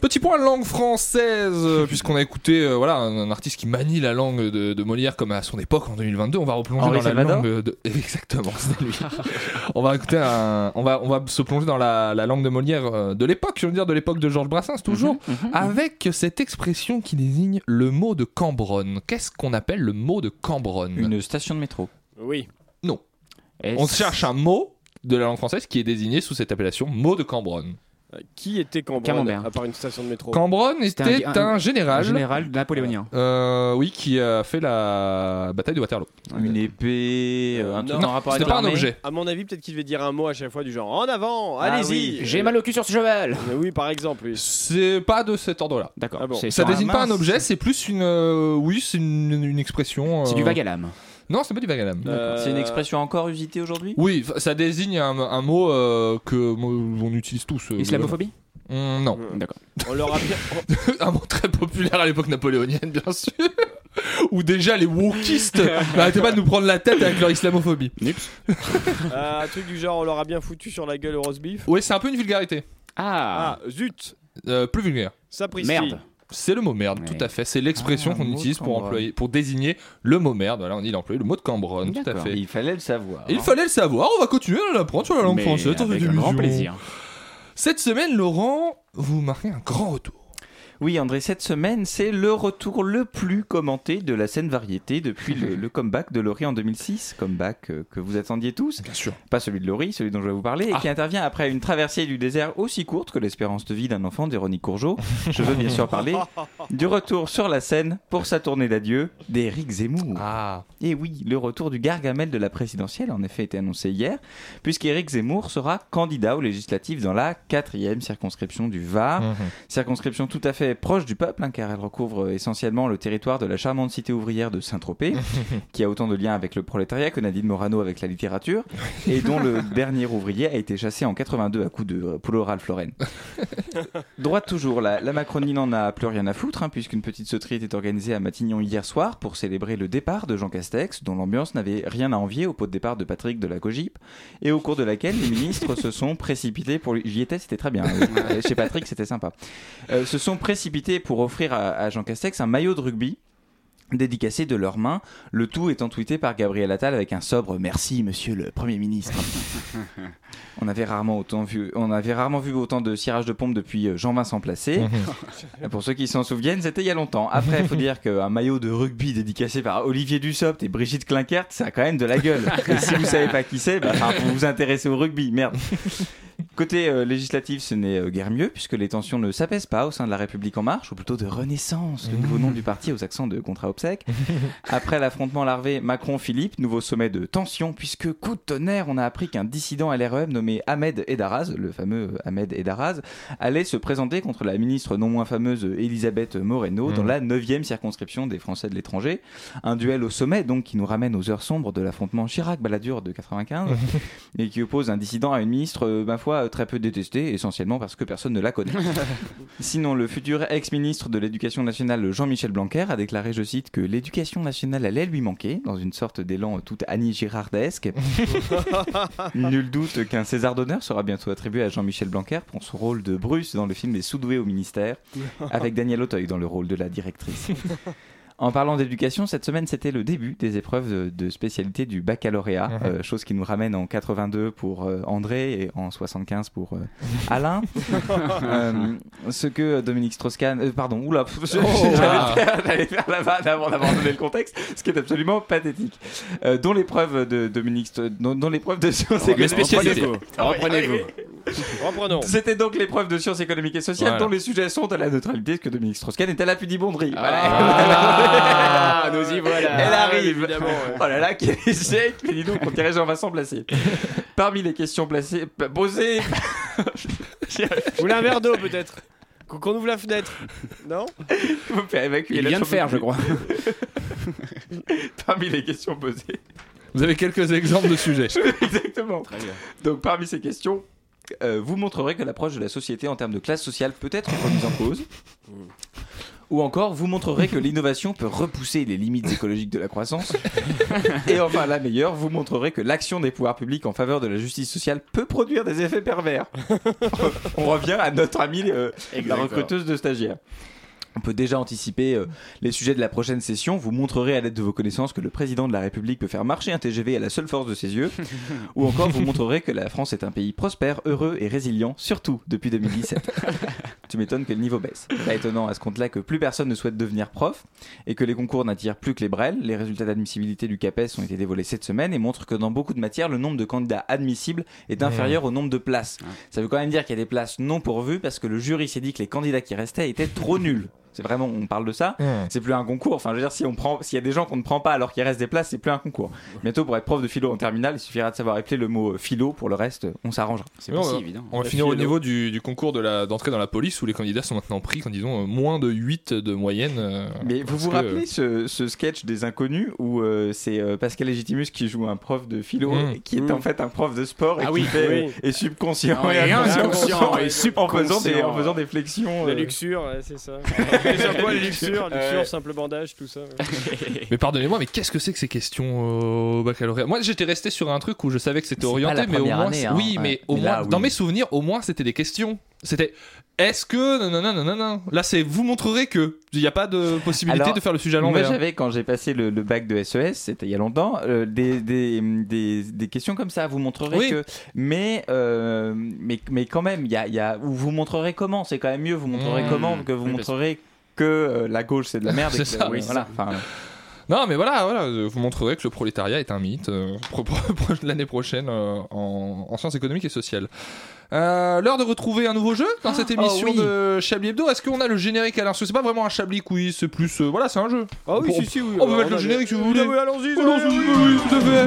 Speaker 1: Petit point langue française, euh, puisqu'on a écouté euh, voilà un, un artiste qui manie la langue de, de Molière comme à son époque en 2022. On va replonger
Speaker 6: Henri
Speaker 1: dans la
Speaker 6: Salvador
Speaker 1: langue de exactement, c'est lui. on va écouter un- on va on va se plonger dans la, la langue de Molière euh, de l'époque, je veux dire de l'époque de Georges Brassens toujours,
Speaker 14: Mhm.
Speaker 1: avec cette expression qui désigne le mot de Cambronne. Qu'est-ce qu'on appelle le mot de Cambronne
Speaker 14: Mhm.
Speaker 1: Une
Speaker 6: station de métro.
Speaker 9: Oui.
Speaker 1: Non. On cherche un mot de la langue française qui est désigné sous cette appellation mot de Cambronne.
Speaker 9: Euh, Qui était Cambronne
Speaker 1: Camembert.
Speaker 9: À part une station de métro.
Speaker 1: Cambronne
Speaker 9: Oh. C'était
Speaker 1: était un,
Speaker 9: un- un
Speaker 1: général.
Speaker 9: général
Speaker 14: napoléonien.
Speaker 1: Euh, oui, qui a fait la bataille de Waterloo.
Speaker 6: Une épée, euh, un truc en rapport avec
Speaker 1: c'était pas un
Speaker 6: l'armée.
Speaker 1: objet.
Speaker 9: À mon avis, peut-être qu'il devait dire un mot à chaque fois du genre en avant,
Speaker 14: Ah
Speaker 9: allez-y. Euh,
Speaker 14: oui, j'ai mal au cul sur ce cheval.
Speaker 9: Oui, par exemple. oui.
Speaker 1: C'est pas de cet ordre-là.
Speaker 14: D'accord.
Speaker 9: bon.
Speaker 14: C'est
Speaker 1: Ah Ça
Speaker 14: sur
Speaker 1: désigne pas
Speaker 14: mince-
Speaker 1: un objet, c'est plus une. euh, oui, c'est une, une expression. euh,
Speaker 14: C'est du vague à l'âme.
Speaker 1: Non, c'est pas du vague à l'âme.
Speaker 9: D'accord.
Speaker 6: C'est une expression encore usitée aujourd'hui
Speaker 1: Oui, f- ça désigne un, un mot euh, que mo- on utilise tous. euh,
Speaker 14: Islamophobie
Speaker 1: globalement. Mm, Non.
Speaker 14: D'accord.
Speaker 9: On leur a bien-
Speaker 1: un mot très populaire à l'époque napoléonienne, bien sûr. Où déjà les wokistes n'arrêtaient pas de nous prendre la tête avec leur islamophobie.
Speaker 9: Euh, un truc du genre, on leur a bien foutu sur la gueule au roast beef.
Speaker 1: Oui, c'est un peu une vulgarité.
Speaker 14: Ah,
Speaker 9: Ah, zut,
Speaker 1: Euh, plus vulgaire.
Speaker 9: sapristi.
Speaker 1: C'est le mot merde, tout à fait. C'est l'expression
Speaker 6: Ah,
Speaker 1: qu'on
Speaker 6: mot de
Speaker 1: utilise pour,
Speaker 6: Cambronne.
Speaker 1: employer, pour désigner le mot merde. Voilà, on dit employé le mot de Cambronne, tout à
Speaker 6: D'accord.
Speaker 1: fait.
Speaker 6: Il fallait le savoir.
Speaker 1: Et Il fallait le savoir, on va continuer à l'apprendre sur la langue
Speaker 14: Mais
Speaker 1: française. ça fait
Speaker 14: avec
Speaker 1: des
Speaker 14: un grand
Speaker 1: illusions.
Speaker 14: plaisir.
Speaker 1: Cette semaine, Laurent, vous marquez un grand retour.
Speaker 6: Oui, André, cette semaine, c'est le retour le plus commenté de la scène variété depuis le, le comeback de Laurie en 2006. Comeback euh, que vous attendiez tous.
Speaker 1: Bien sûr. Ah.
Speaker 6: Pas celui de Laurie, celui dont je vais vous parler, et qui intervient après une traversée du désert aussi courte que l'espérance de vie d'un enfant d'Éronique Courgeot. Je veux bien sûr parler du retour sur la scène pour sa tournée d'adieu d'Éric Zemmour. Ah. Et oui, le retour du gargamel de la présidentielle a en effet été annoncé hier, puisqu'Éric Zemmour sera candidat aux législatives dans la quatrième circonscription du Var.
Speaker 1: Mhm.
Speaker 6: Circonscription tout à fait proche du peuple, hein, car elle recouvre essentiellement le territoire de la charmante cité ouvrière de Saint-Tropez, qui a autant de liens avec le prolétariat que Nadine Morano avec la littérature, et dont le dernier ouvrier a été chassé en 82 à coups de euh, polo Ralph Lauren. Droite toujours, la, la Macronie n'en a plus rien à foutre, hein, puisqu'une petite sauterie était organisée à Matignon hier soir pour célébrer le départ de Jean Castex, dont l'ambiance n'avait rien à envier au pot de départ de Patrick de la Cogip, et au cours de laquelle les ministres se sont précipités pour lui. J'y étais, c'était très bien. Euh, Chez Patrick, c'était sympa. Euh, se sont précipités pour offrir à, à Jean Castex un maillot de rugby dédicacé de leurs mains, le tout étant tweeté par Gabriel Attal avec un sobre merci monsieur le Premier ministre. On avait rarement autant vu, on avait rarement vu autant de cirage de pompe depuis euh, Jean-Vincent Placé. Euh, Pour ceux qui s'en souviennent, c'était il y a longtemps. Après, il faut dire qu'un maillot de rugby dédicacé par Olivier Dussopt et Brigitte Klinkert, ça a quand même de la gueule. Et si vous savez pas qui c'est, bah, enfin, vous vous intéressez au rugby, merde. Côté euh, législatif, ce n'est euh, guère mieux, puisque les tensions ne s'apaisent pas au sein de la République en marche, ou plutôt de Renaissance, le nouveau nom du parti aux accents de contrat obsèque. Après l'affrontement larvé Macron-Philippe, nouveau sommet de tension, puisque coup de tonnerre, on a appris qu'un dissident LREM nommé Ahmed Edaraz, le fameux euh, Ahmed Edaraz, allait se présenter contre la ministre non moins fameuse euh, Elisabeth Moreno dans
Speaker 1: Mhm.
Speaker 6: la 9e circonscription des Français de l'étranger. Un duel au sommet, donc, qui nous ramène aux heures sombres de l'affrontement Chirac-Balladur de 95 et qui oppose un dissident à une ministre, euh, ma foi, euh, très peu détestée, essentiellement parce que personne ne la connaît. Sinon, le futur ex-ministre de l'Éducation nationale, Jean-Michel Blanquer, a déclaré, je cite, que l'éducation nationale allait lui manquer, dans une sorte d'élan euh, tout Annie Girardesque. Nul doute qu'un César d'honneur sera bientôt attribué à Jean-Michel Blanquer pour son rôle de Bruce dans le film Les Soudoués au ministère, avec Daniel Auteuil dans le rôle de la directrice. En parlant d'éducation, cette semaine c'était le début des épreuves de, de spécialité du baccalauréat,
Speaker 1: Mhm.
Speaker 6: euh, chose qui nous ramène en 82 pour euh, André et en 75 pour euh, Alain. Euh, ce que Dominique Strauss-Kahn, euh, pardon, oula, pff, j'allais
Speaker 1: ah.
Speaker 6: faire- j'allais faire la vanne avant d'abandonner le contexte, ce qui est absolument pathétique. Euh, dont l'épreuve de Dominique, Stra- dont, dont l'épreuve de sciences
Speaker 1: Reprenez-
Speaker 6: économiques et
Speaker 1: reprenez-vous.
Speaker 6: sociales.
Speaker 1: Reprenez-vous.
Speaker 9: Reprenons.
Speaker 6: C'était donc l'épreuve de sciences économiques et sociales
Speaker 1: Voilà.
Speaker 6: dont les sujets sont à la neutralité, ce que Dominique Strauss-Kahn est à la pudibonderie.
Speaker 9: Ah, nous y voilà.
Speaker 6: Elle arrive.
Speaker 9: Ouais, évidemment, ouais.
Speaker 6: Oh là là, quel échec Mais dis donc, on dirait Jean-Vincent Placé. Parmi les questions placées, posées
Speaker 9: Vous voulez un verre d'eau peut-être Qu'on qu'on ouvre la fenêtre Non
Speaker 6: Il faut faire évacuer
Speaker 14: Il
Speaker 6: la
Speaker 14: vient de
Speaker 6: chambre
Speaker 14: faire, je
Speaker 6: bleue.
Speaker 14: crois.
Speaker 6: Parmi les questions posées.
Speaker 1: Vous avez quelques exemples de sujets.
Speaker 6: Exactement. Donc parmi ces questions, euh, vous montrerez que l'approche de la société en termes de classe sociale peut être remise en cause. Ou encore, vous montrerez que l'innovation peut repousser les limites écologiques de la croissance. Et enfin, la meilleure, vous montrerez que l'action des pouvoirs publics en faveur de la justice sociale peut produire des effets pervers. On revient à notre amie, euh, la
Speaker 1: Exactement.
Speaker 6: recruteuse de stagiaires. On peut déjà anticiper euh, les sujets de la prochaine session. Vous montrerez à l'aide de vos connaissances que le président de la République peut faire marcher un TGV à la seule force de ses yeux. Ou encore, vous montrerez que la France est un pays prospère, heureux et résilient, surtout depuis 2017. tu m'étonnes que le niveau baisse. Pas étonnant à ce compte-là que plus personne ne souhaite devenir prof et que les concours n'attirent plus que les brels. Les résultats d'admissibilité du CAPES ont été dévoilés cette semaine et montrent que dans beaucoup de matières, le nombre de candidats admissibles est inférieur au nombre de places. Ça veut quand même dire qu'il y a des places non pourvues parce que le jury s'est dit que les candidats qui restaient étaient trop nuls. C'est vraiment, on parle de ça.
Speaker 1: Mmh.
Speaker 6: C'est plus un concours. Enfin, je veux dire, si on prend, s'il y a des gens qu'on ne prend pas alors qu'il reste des places, c'est plus un concours. Bientôt, pour être prof de philo en terminale, il suffira de savoir épeler le mot euh, philo. Pour le reste, on s'arrangera.
Speaker 14: C'est
Speaker 1: Mais
Speaker 14: pas
Speaker 1: on
Speaker 14: si
Speaker 1: va-
Speaker 14: évident.
Speaker 1: On va
Speaker 9: La
Speaker 1: finir au
Speaker 9: philo.
Speaker 1: niveau du, du concours de la- d'entrée dans la police où les candidats sont maintenant pris quand ils ont euh, moins de 8 de moyenne. euh,
Speaker 6: Mais vous
Speaker 1: parce
Speaker 6: vous
Speaker 1: que-
Speaker 6: rappelez ce, ce sketch des inconnus où euh, c'est euh, Pascal Legitimus qui joue un prof de philo
Speaker 1: Mmh.
Speaker 6: et qui est en fait un prof de sport et
Speaker 14: Ah
Speaker 6: qui
Speaker 14: oui,
Speaker 6: fait, euh,
Speaker 9: oui.
Speaker 6: est subconscient
Speaker 14: Ah oui,
Speaker 6: et inconscient,
Speaker 14: inconscient et
Speaker 6: en faisant des, en
Speaker 14: subconscient.
Speaker 6: faisant des flexions.
Speaker 9: La
Speaker 6: euh,
Speaker 9: luxure, ouais, c'est ça. Et sur quoi la luxure Luxure,
Speaker 14: Ouais.
Speaker 9: simple bandage, tout ça. ouais.
Speaker 1: Mais pardonnez-moi, mais qu'est-ce que c'est que ces questions euh, au baccalauréat Moi, j'étais resté sur un truc où je savais que c'était
Speaker 19: C'est pas la
Speaker 1: orienté, mais au
Speaker 19: première
Speaker 1: moins,
Speaker 19: année, hein.
Speaker 1: oui,
Speaker 19: Ouais.
Speaker 1: mais au
Speaker 19: Mais
Speaker 1: moins,
Speaker 19: là,
Speaker 1: dans
Speaker 19: oui.
Speaker 1: mes souvenirs, au moins c'était des questions. C'était est-ce que non non non non non là c'est vous montrerez que il n'y a pas de possibilité
Speaker 6: Alors,
Speaker 1: de faire le sujet à
Speaker 6: Moi,
Speaker 1: l'envers.
Speaker 6: j'avais, quand j'ai passé le, le bac de SES, c'était il y a longtemps, euh, des, des, des, des questions comme ça. Vous montrerez
Speaker 1: Oui.
Speaker 6: que. Mais, euh, mais, mais quand même, il y a, il y a- ou vous montrerez comment. C'est quand même mieux. Vous montrerez
Speaker 1: Mmh.
Speaker 6: comment que vous
Speaker 1: Oui, parce-
Speaker 6: montrerez que euh, la gauche, c'est de la merde. et
Speaker 1: C'est
Speaker 6: que-
Speaker 1: ça,
Speaker 6: oui,
Speaker 1: c'est
Speaker 6: voilà.
Speaker 1: ça.
Speaker 6: Enfin,
Speaker 1: Non, mais voilà, voilà, euh, vous montrerez que le prolétariat est un mythe euh, pro- pro- pro- l'année prochaine euh, en, en sciences économiques et sociales. Euh, L'heure de retrouver un nouveau jeu dans cette
Speaker 9: Ah,
Speaker 1: émission
Speaker 9: oh oui.
Speaker 1: de Chablis Hebdo. Est-ce qu'on a le générique à l'instant C'est pas vraiment un Chablis quiz, c'est plus. euh, voilà, c'est un jeu.
Speaker 9: Ah oui,
Speaker 1: on,
Speaker 9: si, si, oui.
Speaker 1: On peut
Speaker 9: Alors,
Speaker 1: mettre
Speaker 9: on
Speaker 1: le
Speaker 9: a-
Speaker 1: générique si vous
Speaker 9: Oui,
Speaker 1: voulez.
Speaker 9: oui, allons-y,
Speaker 1: Oh, allons-y,
Speaker 9: oui,
Speaker 1: oui, oui, tout à fait.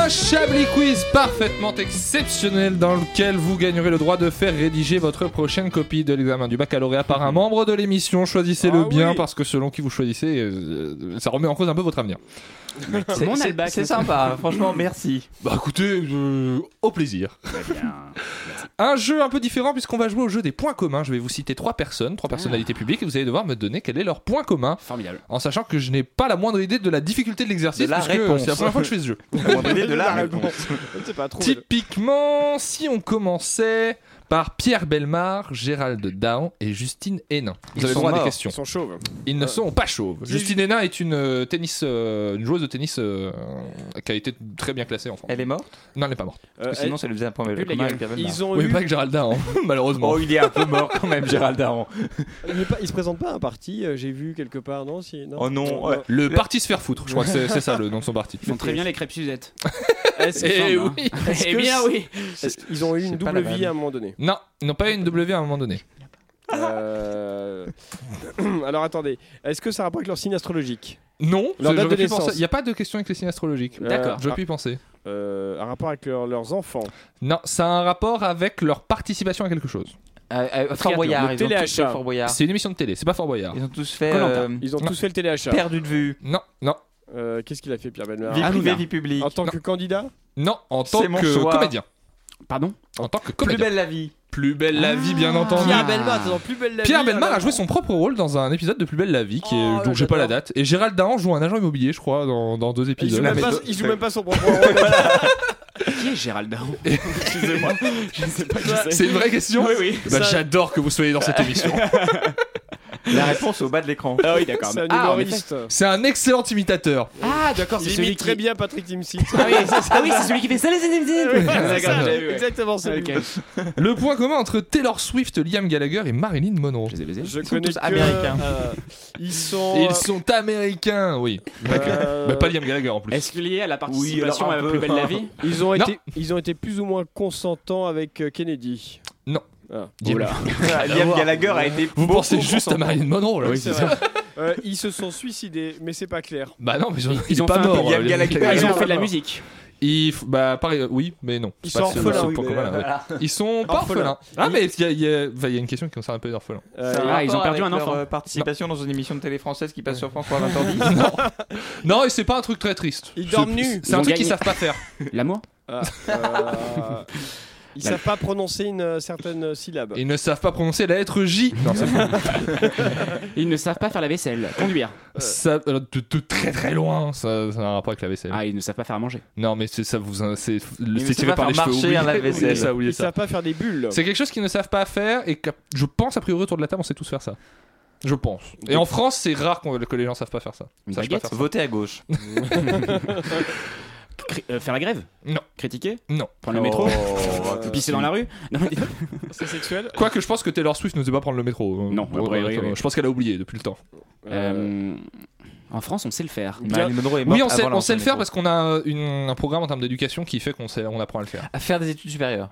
Speaker 1: Chablis Quiz parfaitement exceptionnel dans lequel vous gagnerez le droit de faire rédiger votre prochaine copie de l'examen du baccalauréat par un membre de l'émission. Choisissez-le bien parce que selon qui vous choisissez, euh, ça remet en cause un peu votre avenir.
Speaker 6: C'est- Mon c'est- albac, c'est monsieur. sympa, franchement, merci.
Speaker 1: Bah écoutez, euh, au plaisir. Un jeu un peu différent puisqu'on va jouer au jeu des points communs. Je vais vous citer trois personnes, trois
Speaker 6: Ah.
Speaker 1: personnalités publiques et vous allez devoir me donner quel est leur point commun.
Speaker 14: Formidable.
Speaker 1: En sachant que je n'ai pas la moindre idée de la difficulté de l'exercice
Speaker 6: De la
Speaker 1: puisque
Speaker 6: réponse.
Speaker 1: c'est la première fois que je fais ce jeu.
Speaker 6: de la réponse.
Speaker 9: C'est pas trop.
Speaker 1: Typiquement, si on commençait par Pierre Belmar, Gérald Daon et Justine Hénin. Vous
Speaker 9: Ils
Speaker 1: avez le
Speaker 9: sont
Speaker 1: droit à des
Speaker 9: morts. Euh,
Speaker 1: questions.
Speaker 9: Ils sont chauves.
Speaker 1: Ils ne
Speaker 9: Ouais.
Speaker 1: sont pas chauves.
Speaker 9: Dix-
Speaker 1: Justine Hénin est une, euh, tennis, euh, une joueuse de tennis euh, qui a été très bien classée en France.
Speaker 6: Elle est morte
Speaker 1: Non, elle n'est pas morte.
Speaker 9: Euh, Parce que sinon, elle-
Speaker 6: ça lui faisait un point
Speaker 9: Plus de la commun gueule. avec Pierre Belmar. Ils ont
Speaker 1: oui,
Speaker 9: eu-
Speaker 1: pas que Gérald Daon, malheureusement.
Speaker 6: Oh, il est un peu mort quand même, Gérald Daron.
Speaker 9: Euh, Il, ne se présente pas à un parti, euh, j'ai vu quelque part, non, si,
Speaker 6: Oh non, ouais.
Speaker 1: Le parti se faire foutre, je crois que c'est c'est ça le nom de son parti.
Speaker 14: Ils font très bien les crêpes Suzette.
Speaker 9: Est-ce
Speaker 1: Eh
Speaker 9: Est-ce
Speaker 1: oui.
Speaker 9: que
Speaker 14: Eh bien
Speaker 9: c'est-
Speaker 14: oui.
Speaker 9: est-ce qu'ils ont eu une
Speaker 1: C'est pas la
Speaker 9: double vie
Speaker 1: même.
Speaker 9: à un moment donné
Speaker 1: Non, ils n'ont pas eu une W à un moment donné.
Speaker 9: Euh, Alors attendez, est-ce que ça a rapport avec leur signe astrologique
Speaker 1: Non,
Speaker 9: leur date de
Speaker 1: Il
Speaker 9: naissance.
Speaker 1: n'y a pas de question avec les signes astrologiques.
Speaker 9: Euh, D'accord.
Speaker 1: Je
Speaker 9: ah.
Speaker 1: puis penser.
Speaker 9: Euh, un rapport avec leur- leurs enfants.
Speaker 1: Non, ça a un rapport avec leur participation à quelque chose. euh,
Speaker 6: Fort Boyard,
Speaker 9: Le
Speaker 6: ils ont tous fait
Speaker 9: téléachat.
Speaker 6: Fort Boyard.
Speaker 1: C'est une émission de télé, c'est pas Fort Boyard.
Speaker 6: Ils ont tous fait.
Speaker 9: Koh-Lanta.
Speaker 6: euh,
Speaker 9: Ils ont
Speaker 1: non.
Speaker 9: tous fait le téléachat.
Speaker 6: Perdu de vue.
Speaker 1: Non, non.
Speaker 9: Euh, Qu'est-ce qu'il a fait Pierre Belmar
Speaker 6: Vie
Speaker 9: Ah,
Speaker 6: privée,
Speaker 9: non.
Speaker 6: vie publique.
Speaker 9: En tant que candidat
Speaker 1: Non, en tant
Speaker 6: C'est mon
Speaker 1: que
Speaker 6: choix.
Speaker 1: comédien.
Speaker 14: Pardon
Speaker 1: En tant que
Speaker 6: Plus
Speaker 1: comédien.
Speaker 6: belle la vie.
Speaker 1: Plus belle la vie, bien entendu.
Speaker 9: Belmar, c'est dans Plus Belle la
Speaker 1: Pierre
Speaker 9: Vie,
Speaker 1: Belmar
Speaker 9: alors.
Speaker 1: a joué son propre rôle dans un épisode de Plus belle la vie, qui est, dont j'ai pas la date. Et Gérald Dahan joue un agent immobilier, je crois, dans, dans deux
Speaker 9: Il joue,
Speaker 1: épisodes.
Speaker 9: même pas, il joue même pas son propre rôle.
Speaker 14: Qui est Gérald Daron Excusez-moi, je ne sais pas qui c'est.
Speaker 1: C'est une vraie question
Speaker 14: Oui, oui.
Speaker 1: Bah,
Speaker 14: Ça-
Speaker 1: J'adore que vous soyez dans cette émission.
Speaker 6: La réponse au bas de l'écran.
Speaker 14: Ah oui, d'accord.
Speaker 9: C'est un
Speaker 1: Ah, en
Speaker 9: humoriste.
Speaker 1: C'est un excellent imitateur.
Speaker 14: Ah, d'accord, c'est
Speaker 9: Il
Speaker 14: celui
Speaker 9: imite
Speaker 14: qui.
Speaker 9: très bien Patrick Timsit.
Speaker 14: Ah oui, c'est- ah oui, c'est celui qui fait ça, les
Speaker 9: Oui,
Speaker 14: ennemis.
Speaker 9: c'est
Speaker 14: D'accord,
Speaker 9: ça,
Speaker 14: j'ai vu, ouais.
Speaker 9: Exactement celui
Speaker 14: Ok.
Speaker 1: Le point commun entre Taylor Swift, Liam Gallagher et Marilyn Monroe.
Speaker 14: Je les ai baisés.
Speaker 9: Je
Speaker 6: Ils sont
Speaker 9: connais
Speaker 6: tous
Speaker 9: que,
Speaker 6: américains.
Speaker 9: euh, ils sont.
Speaker 1: Ils sont américains, oui. Pas que-
Speaker 9: Euh,
Speaker 1: bah, pas Liam Gallagher en plus.
Speaker 14: Est-ce que lié à la
Speaker 6: Oui, alors
Speaker 14: participation
Speaker 6: un
Speaker 14: à la
Speaker 6: peu.
Speaker 14: plus belle la vie
Speaker 9: Ils ont
Speaker 1: Non.
Speaker 9: été. Ils ont été plus ou moins consentants avec euh, Kennedy.
Speaker 1: Non.
Speaker 9: Ah.
Speaker 1: Dis-
Speaker 6: Liam Gallagher a été.
Speaker 1: Vous pensez juste à Marilyn Monroe là
Speaker 9: Oui, c'est vrai. Euh, ils se sont suicidés, mais c'est pas clair.
Speaker 1: Bah non, mais ils,
Speaker 14: Ils
Speaker 1: il est
Speaker 14: ont
Speaker 1: pas
Speaker 14: fait un peu
Speaker 1: mort. euh,
Speaker 6: Liam
Speaker 1: Liam
Speaker 6: Gallagher.
Speaker 14: Ah, Ils
Speaker 1: Gallagher.
Speaker 14: ont fait de la musique.
Speaker 1: Ils f- bah pareil, euh, oui, mais non.
Speaker 9: Ils
Speaker 1: C'est
Speaker 9: sont
Speaker 1: pas ce-
Speaker 9: orphelins.
Speaker 1: ce
Speaker 9: Oui, euh,
Speaker 1: point
Speaker 6: Ah mais,
Speaker 1: commun, là, ouais.
Speaker 6: voilà.
Speaker 1: Ils sont pas
Speaker 9: Orphelins.
Speaker 1: orphelins. Ah mais il y, a- il y a- enfin, il y a une question qui concerne un peu les orphelins.
Speaker 9: Euh,
Speaker 6: Ça a
Speaker 14: Ah, ils ont
Speaker 6: rapport
Speaker 14: perdu
Speaker 6: avec
Speaker 14: un
Speaker 6: leur,
Speaker 14: enfant.
Speaker 6: euh, participation dans une émission de télé française qui passe sur France 3 à 20h10.
Speaker 1: Non, et c'est pas un truc très triste.
Speaker 9: Ils dorment
Speaker 1: C'est-
Speaker 9: nus.
Speaker 1: C'est
Speaker 14: Ils
Speaker 1: un
Speaker 14: ont
Speaker 1: truc qu'ils
Speaker 14: gagné.
Speaker 1: savent pas faire.
Speaker 14: L'amour
Speaker 9: Ah, euh, ils savent pas prononcer une euh, certaine syllabe.
Speaker 1: Ils ne savent pas prononcer la lettre J. Non, c'est pas-
Speaker 14: Ils ne savent pas faire la vaisselle, conduire.
Speaker 1: Euh, ça, alors, de, de très très loin. Ça, ça a un rapport avec la vaisselle.
Speaker 14: Ah, ils ne savent pas faire à manger.
Speaker 1: Non, mais c'est ça vous in- c'est le-
Speaker 6: ne
Speaker 1: c'est
Speaker 6: savent
Speaker 1: tiré
Speaker 6: pas
Speaker 1: par les
Speaker 6: faire
Speaker 1: cheveux.
Speaker 6: marcher
Speaker 1: oubliez-
Speaker 6: un lave-vaisselle.
Speaker 1: oubliez ça, oubliez
Speaker 9: Ils
Speaker 1: ça.
Speaker 9: savent pas faire des bulles.
Speaker 1: C'est quelque chose qu'ils ne savent pas faire et que je pense, a priori, autour de la table, on sait tous faire ça. Je pense. Et en France, c'est rare qu'on- que les gens savent pas faire ça.
Speaker 14: Une
Speaker 1: Savent pas
Speaker 14: baguette
Speaker 1: faire ça.
Speaker 6: Votez à gauche.
Speaker 14: Cri- euh, faire la grève
Speaker 1: Non.
Speaker 14: Critiquer
Speaker 1: Non. Oh.
Speaker 14: Prendre le métro
Speaker 9: Euh,
Speaker 14: Oh, Pisser dans la rue Non, mais-
Speaker 9: C'est sexuel.
Speaker 1: Quoique, je pense que Taylor Swift ne sait pas prendre le métro. Euh,
Speaker 14: Non,
Speaker 1: bon,
Speaker 14: a priori,
Speaker 1: euh,
Speaker 14: oui.
Speaker 1: je pense qu'elle a oublié depuis le temps.
Speaker 14: Euh, En France, on sait le faire.
Speaker 6: Marilyn Monroe est morte
Speaker 1: Oui, on sait,
Speaker 6: avant
Speaker 1: on sait le
Speaker 6: l'enfant
Speaker 1: faire
Speaker 6: des
Speaker 1: parce qu'on a une- un programme en termes d'éducation qui fait qu'on sait, on apprend à le faire.
Speaker 6: À faire des études supérieures.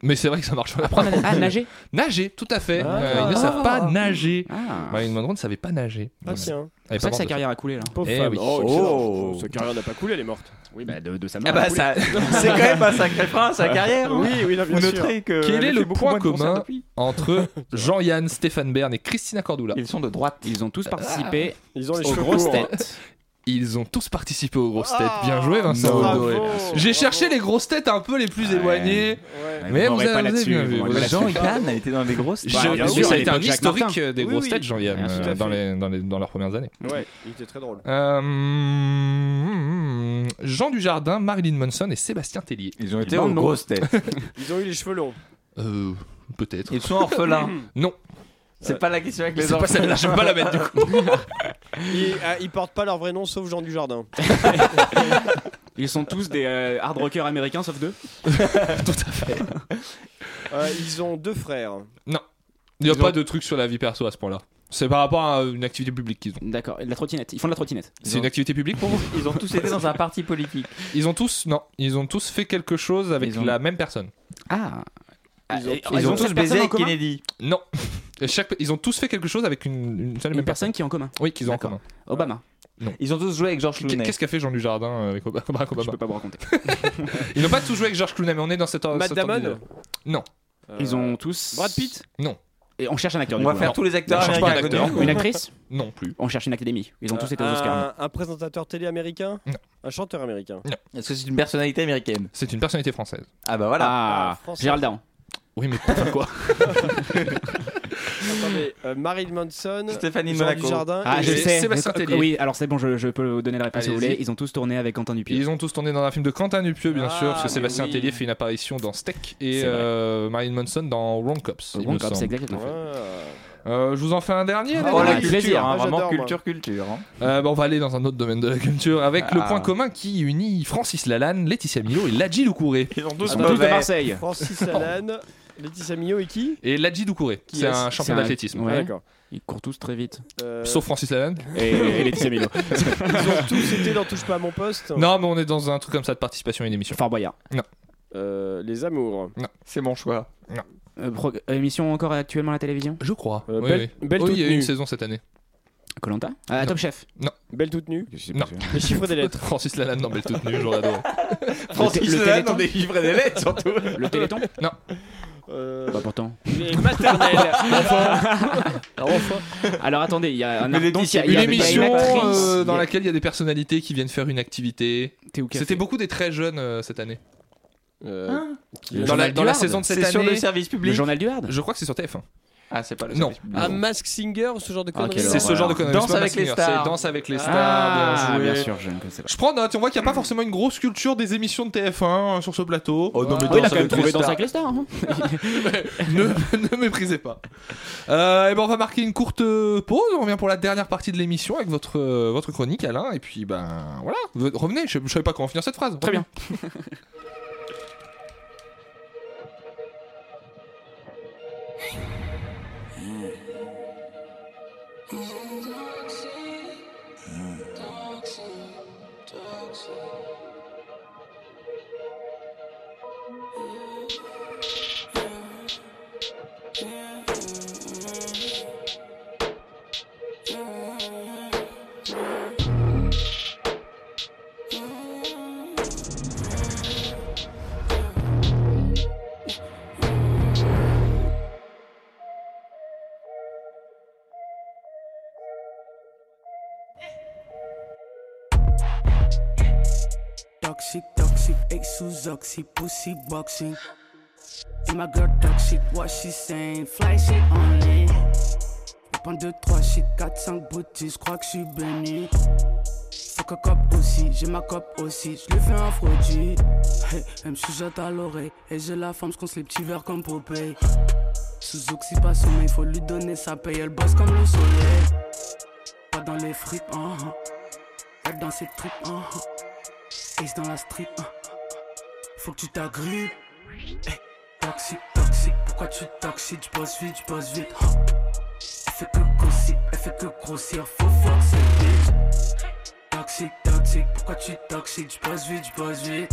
Speaker 1: Mais c'est vrai que ça marche. On apprend
Speaker 14: Apprendre à- à Ah, nager
Speaker 1: nager, tout à fait.
Speaker 9: Ah.
Speaker 1: Euh, ils ne savent pas
Speaker 6: Ah.
Speaker 1: nager.
Speaker 14: Ah,
Speaker 1: Marilyn Monroe ne savait pas nager.
Speaker 9: Ah
Speaker 1: Elle est
Speaker 9: tiens.
Speaker 14: c'est pour ça
Speaker 1: pas
Speaker 14: que sa
Speaker 1: morte.
Speaker 14: carrière a coulé là.
Speaker 9: Pauvre
Speaker 1: Eh
Speaker 9: femme.
Speaker 1: oui.
Speaker 9: Oh,
Speaker 6: Oh.
Speaker 9: excellent. Sa carrière n'a pas coulé, elle est morte.
Speaker 14: Oui, bah de, de sa
Speaker 6: Ah bah ça, c'est quand même un sacré frein à sa carrière. hein.
Speaker 9: Oui, oui, là, bien
Speaker 6: Vous
Speaker 9: sûr.
Speaker 6: noterez que
Speaker 1: Quel
Speaker 6: elle
Speaker 1: est
Speaker 6: a
Speaker 1: le
Speaker 6: fait beaucoup
Speaker 1: point
Speaker 6: moins de concerts
Speaker 1: commun
Speaker 6: depuis.
Speaker 1: Entre Jean-Yann, Stéphane Bern et Christina Cordula.
Speaker 6: Ils sont de droite.
Speaker 14: Ils ont tous participé
Speaker 9: Ils ont les
Speaker 14: aux
Speaker 9: cheveux
Speaker 14: grosses
Speaker 9: courts.
Speaker 14: têtes.
Speaker 1: Ils ont tous participé aux grosses
Speaker 9: Ah,
Speaker 1: têtes.
Speaker 6: Ah,
Speaker 1: Bien joué, Vincent.
Speaker 20: bravo.
Speaker 1: Audoué. J'ai cherché les grosses têtes un peu les plus éloignées. Mais
Speaker 6: Vous
Speaker 1: vous
Speaker 6: m'aurez pas
Speaker 1: avez
Speaker 6: là-dessus,
Speaker 1: bien
Speaker 6: vous
Speaker 1: vu.
Speaker 6: m'aurez
Speaker 1: Vous avez-
Speaker 6: pas là-dessus. Jean-Yann a été dans les grosses têtes.
Speaker 1: J'ai-
Speaker 6: Bah, bien
Speaker 1: bien
Speaker 6: sûr,
Speaker 1: sûr, ça a
Speaker 6: à
Speaker 1: été un
Speaker 6: l'époque, Jacques
Speaker 1: historique euh,
Speaker 6: Martin.
Speaker 1: des
Speaker 6: Oui,
Speaker 1: grosses
Speaker 6: oui.
Speaker 1: têtes, Jean-Yann,
Speaker 6: Bien, tout à
Speaker 1: euh, dans,
Speaker 6: fait.
Speaker 1: les- dans les- dans leurs premières années.
Speaker 9: Ouais, il était très drôle.
Speaker 1: Euh, Jean Dujardin, Marilyn Manson et Sébastien Tellier.
Speaker 6: Ils ont
Speaker 9: été aux grosses têtes. Ils ont eu les cheveux longs.
Speaker 1: Euh, peut-être.
Speaker 6: Ils sont orphelins.
Speaker 1: Non.
Speaker 6: C'est pas la question avec
Speaker 1: C'est
Speaker 6: les
Speaker 1: pas
Speaker 6: enfants.
Speaker 1: celle-là, je vais pas la mettre du coup.
Speaker 9: Ils, euh, ils portent pas leur vrai nom sauf Jean Dujardin.
Speaker 14: Ils sont tous des euh, hard rockers américains sauf deux.
Speaker 9: Euh, ils ont deux frères.
Speaker 1: Non. Il n'y a
Speaker 9: Ils
Speaker 1: pas
Speaker 9: ont-
Speaker 1: de truc sur la vie perso à ce point-là. C'est par rapport à une activité publique qu'ils ont.
Speaker 14: D'accord, et de la trottinette. Ils font de la trottinette.
Speaker 1: C'est une activité publique pour vous
Speaker 6: Ils ont tous été dans un parti politique.
Speaker 1: Ils ont tous, non, ils ont tous fait quelque chose avec
Speaker 6: Ils ont-
Speaker 1: la même personne.
Speaker 14: Ah
Speaker 6: Ils ont, ils ont tous baisé avec Kennedy.
Speaker 1: Non. Et chaque- Ils ont tous fait quelque chose avec une, une seule et
Speaker 14: Une
Speaker 1: même
Speaker 14: personne qui est en commun.
Speaker 1: Oui, qu'ils ont en commun.
Speaker 14: Obama.
Speaker 1: Non.
Speaker 6: Ils ont tous joué avec George
Speaker 1: Qu-
Speaker 6: Clooney.
Speaker 1: Qu'est-ce qu'a fait Jean Dujardin euh, avec Obama Barack Obama
Speaker 14: Je peux pas vous raconter.
Speaker 1: Ils n'ont pas tous joué avec George Clooney, mais on est dans cette ordre.
Speaker 9: Matt Damon
Speaker 1: Non.
Speaker 14: Ils ont tous.
Speaker 9: Brad Pitt
Speaker 1: Non.
Speaker 14: Et on cherche un acteur.
Speaker 6: On
Speaker 14: du
Speaker 6: va
Speaker 14: coup,
Speaker 6: faire
Speaker 14: alors.
Speaker 6: tous les acteurs
Speaker 14: On cherche pas un
Speaker 6: américains
Speaker 14: acteur.
Speaker 6: connus.
Speaker 14: Une actrice
Speaker 1: Non plus.
Speaker 14: On cherche une académie. Ils ont tous été aux
Speaker 9: Euh,
Speaker 14: Oscars.
Speaker 9: un, un présentateur télé américain
Speaker 1: Non.
Speaker 9: Un chanteur américain
Speaker 6: Est-ce que c'est une personnalité américaine
Speaker 1: C'est une personnalité française.
Speaker 6: Ah bah voilà.
Speaker 14: Ah,
Speaker 9: Ah, français.
Speaker 14: Gérald Darmon.
Speaker 1: Oui, mais pour faire quoi
Speaker 9: Attendez, euh, Marilyn Manson,
Speaker 6: Stéphanie
Speaker 9: Jean
Speaker 6: Monaco.
Speaker 9: Dujardin
Speaker 14: Ah,
Speaker 9: et-
Speaker 14: je
Speaker 1: et
Speaker 14: sais.
Speaker 1: Sébastien
Speaker 14: Mais-
Speaker 1: Tellier.
Speaker 14: Oui, alors c'est bon, je, je peux vous donner la réponse si vous
Speaker 1: Allez-y.
Speaker 14: voulez. Ils ont tous tourné avec Quentin Dupieux.
Speaker 1: Ils ont tous tourné dans un film de Quentin Dupieux, bien
Speaker 9: Ah,
Speaker 1: sûr, parce que
Speaker 9: mais
Speaker 1: Sébastien
Speaker 9: oui.
Speaker 1: Tellier fait une apparition dans Steak et
Speaker 14: C'est vrai.
Speaker 1: euh, Marilyn Manson dans Wrong Cops. il me
Speaker 14: Bon, comme c'est
Speaker 1: semble.
Speaker 14: exactement.
Speaker 9: Ouais.
Speaker 1: Euh, je vous en fais un dernier. les
Speaker 6: Oh,
Speaker 1: gars
Speaker 6: la
Speaker 14: Ah,
Speaker 6: culture,
Speaker 14: plaisir,
Speaker 6: hein,
Speaker 9: moi,
Speaker 6: vraiment
Speaker 9: j'adore, moi.
Speaker 6: culture, culture. hein.
Speaker 1: Euh, bah, on va aller dans un autre domaine de la culture avec le
Speaker 6: Ah.
Speaker 1: point commun qui unit Francis Lalanne, Laetitia Milo et Ladji Doucouré.
Speaker 6: Ils ont tous
Speaker 14: Ils sont tous de
Speaker 6: mauvais.
Speaker 14: Marseille.
Speaker 9: Francis Alan, Laetitia Millot et qui
Speaker 1: Et Ladji Doucouré,
Speaker 9: Qui
Speaker 1: c'est
Speaker 9: est-ce
Speaker 1: un champion
Speaker 14: C'est un-
Speaker 1: d'athlétisme.
Speaker 14: Ouais.
Speaker 9: Ah, D'accord.
Speaker 14: Ils courent tous très vite.
Speaker 9: Euh,
Speaker 1: Sauf Francis Lalanne.
Speaker 14: Et, et Laetitia Milo.
Speaker 9: Ils ont tous été dans Touche pas à mon poste.
Speaker 1: Non, mais on est dans un truc comme ça de participation à une émission.
Speaker 14: Fort Boyard.
Speaker 9: Euh, les amours.
Speaker 6: C'est mon choix.
Speaker 14: Euh, pro- euh, émission encore actuellement à la télévision
Speaker 1: Je crois.
Speaker 9: Euh,
Speaker 1: oui,
Speaker 9: belle-
Speaker 1: oui.
Speaker 9: belle
Speaker 1: Oui,
Speaker 9: toute
Speaker 1: il y a eu
Speaker 9: nue.
Speaker 1: une saison cette année.
Speaker 14: Colanta Ah,
Speaker 1: Non.
Speaker 14: Top Chef.
Speaker 9: Belle toute nue.
Speaker 1: Non.
Speaker 9: Les chiffres des lettres.
Speaker 1: Francis Lalanne dans Belle Toute Nue, j'aurais adoré.
Speaker 6: Francis
Speaker 14: le
Speaker 6: Lalanne,
Speaker 14: Téléthon.
Speaker 6: on délivrait des lettres surtout.
Speaker 14: Le Téléthon
Speaker 1: Non.
Speaker 9: Euh,
Speaker 14: Bah pourtant.
Speaker 9: les maternelles.
Speaker 14: Alors attendez, il y a un
Speaker 6: Mais
Speaker 14: donc, il y a- il y
Speaker 1: Une
Speaker 14: avait
Speaker 1: émission
Speaker 14: une actrice,
Speaker 1: euh, dans
Speaker 14: il y a-
Speaker 1: laquelle il y a des personnalités qui viennent faire une activité.
Speaker 14: T'es où, Café
Speaker 1: C'était beaucoup des très jeunes euh, cette année.
Speaker 9: Euh,
Speaker 1: Hein
Speaker 14: Le
Speaker 1: Dans la,
Speaker 14: journal
Speaker 1: dans la
Speaker 14: du Hard.
Speaker 1: saison de cette
Speaker 6: C'est sur le
Speaker 1: année,
Speaker 6: service
Speaker 14: Le
Speaker 6: public.
Speaker 14: journal du Hard
Speaker 1: je crois que c'est sur TF1.
Speaker 6: Ah, c'est pas le
Speaker 1: Non.
Speaker 6: service public.
Speaker 9: Un mask singer ou ce genre de
Speaker 14: Ah,
Speaker 9: conneries
Speaker 14: quelle
Speaker 1: C'est ce
Speaker 14: voilà.
Speaker 1: genre de conneries.
Speaker 6: Danse
Speaker 1: C'est pas hein.
Speaker 6: avec
Speaker 1: Masked
Speaker 6: les
Speaker 1: Singer,
Speaker 6: stars.
Speaker 1: C'est Danse avec les stars.
Speaker 14: Ah,
Speaker 1: bien joué.
Speaker 14: bien sûr, je ne connaissais pas.
Speaker 1: Je prends note, on voit qu'il n'y a pas forcément une grosse culture des émissions de TF1 euh, sur ce plateau.
Speaker 6: Oh non, mais
Speaker 14: Oh, il a
Speaker 6: Danse
Speaker 14: quand même
Speaker 6: avec les
Speaker 14: trouvé dans
Speaker 6: stars.
Speaker 14: sa les stars. hein.
Speaker 1: ne, ne méprisez pas. Euh, et ben on va marquer une courte euh, pause. On revient pour la dernière partie de l'émission avec votre, euh, votre chronique, Alain. Et puis, ben voilà, Ve- revenez. Je ne savais pas comment finir cette phrase.
Speaker 14: Très bien.
Speaker 4: Toxic, toxic, ex oxy, pussy boxing. Et ma girl toxic, what she saying? Fly shit only. Pan 2, 3 shit, 4, 5 boutiques, j'crois que j'suis béni. Faut que cop aussi, j'ai ma cop aussi, j'lui fais un produit. Hey, elle me jette à l'oreille, et j'ai la forme, j'conse les petits verres comme Popeye. Sous oxy, pas sommeil, faut lui donner sa paye, elle bosse comme le soleil. Pas dans les fripes, hein, hein. Elle dans ses tripes, hein, hein. Ace dans la strip, hein. faut que tu t'agrippes. Hey, toxique, toxique, pourquoi tu toxiques? Je bosse vite, je bosse vite. hein. Elle fait que grossir, elle fait que grossir, faut fuck cette bitch. Toxique, toxique, pourquoi tu toxiques? Je bosse vite, je bosse vite.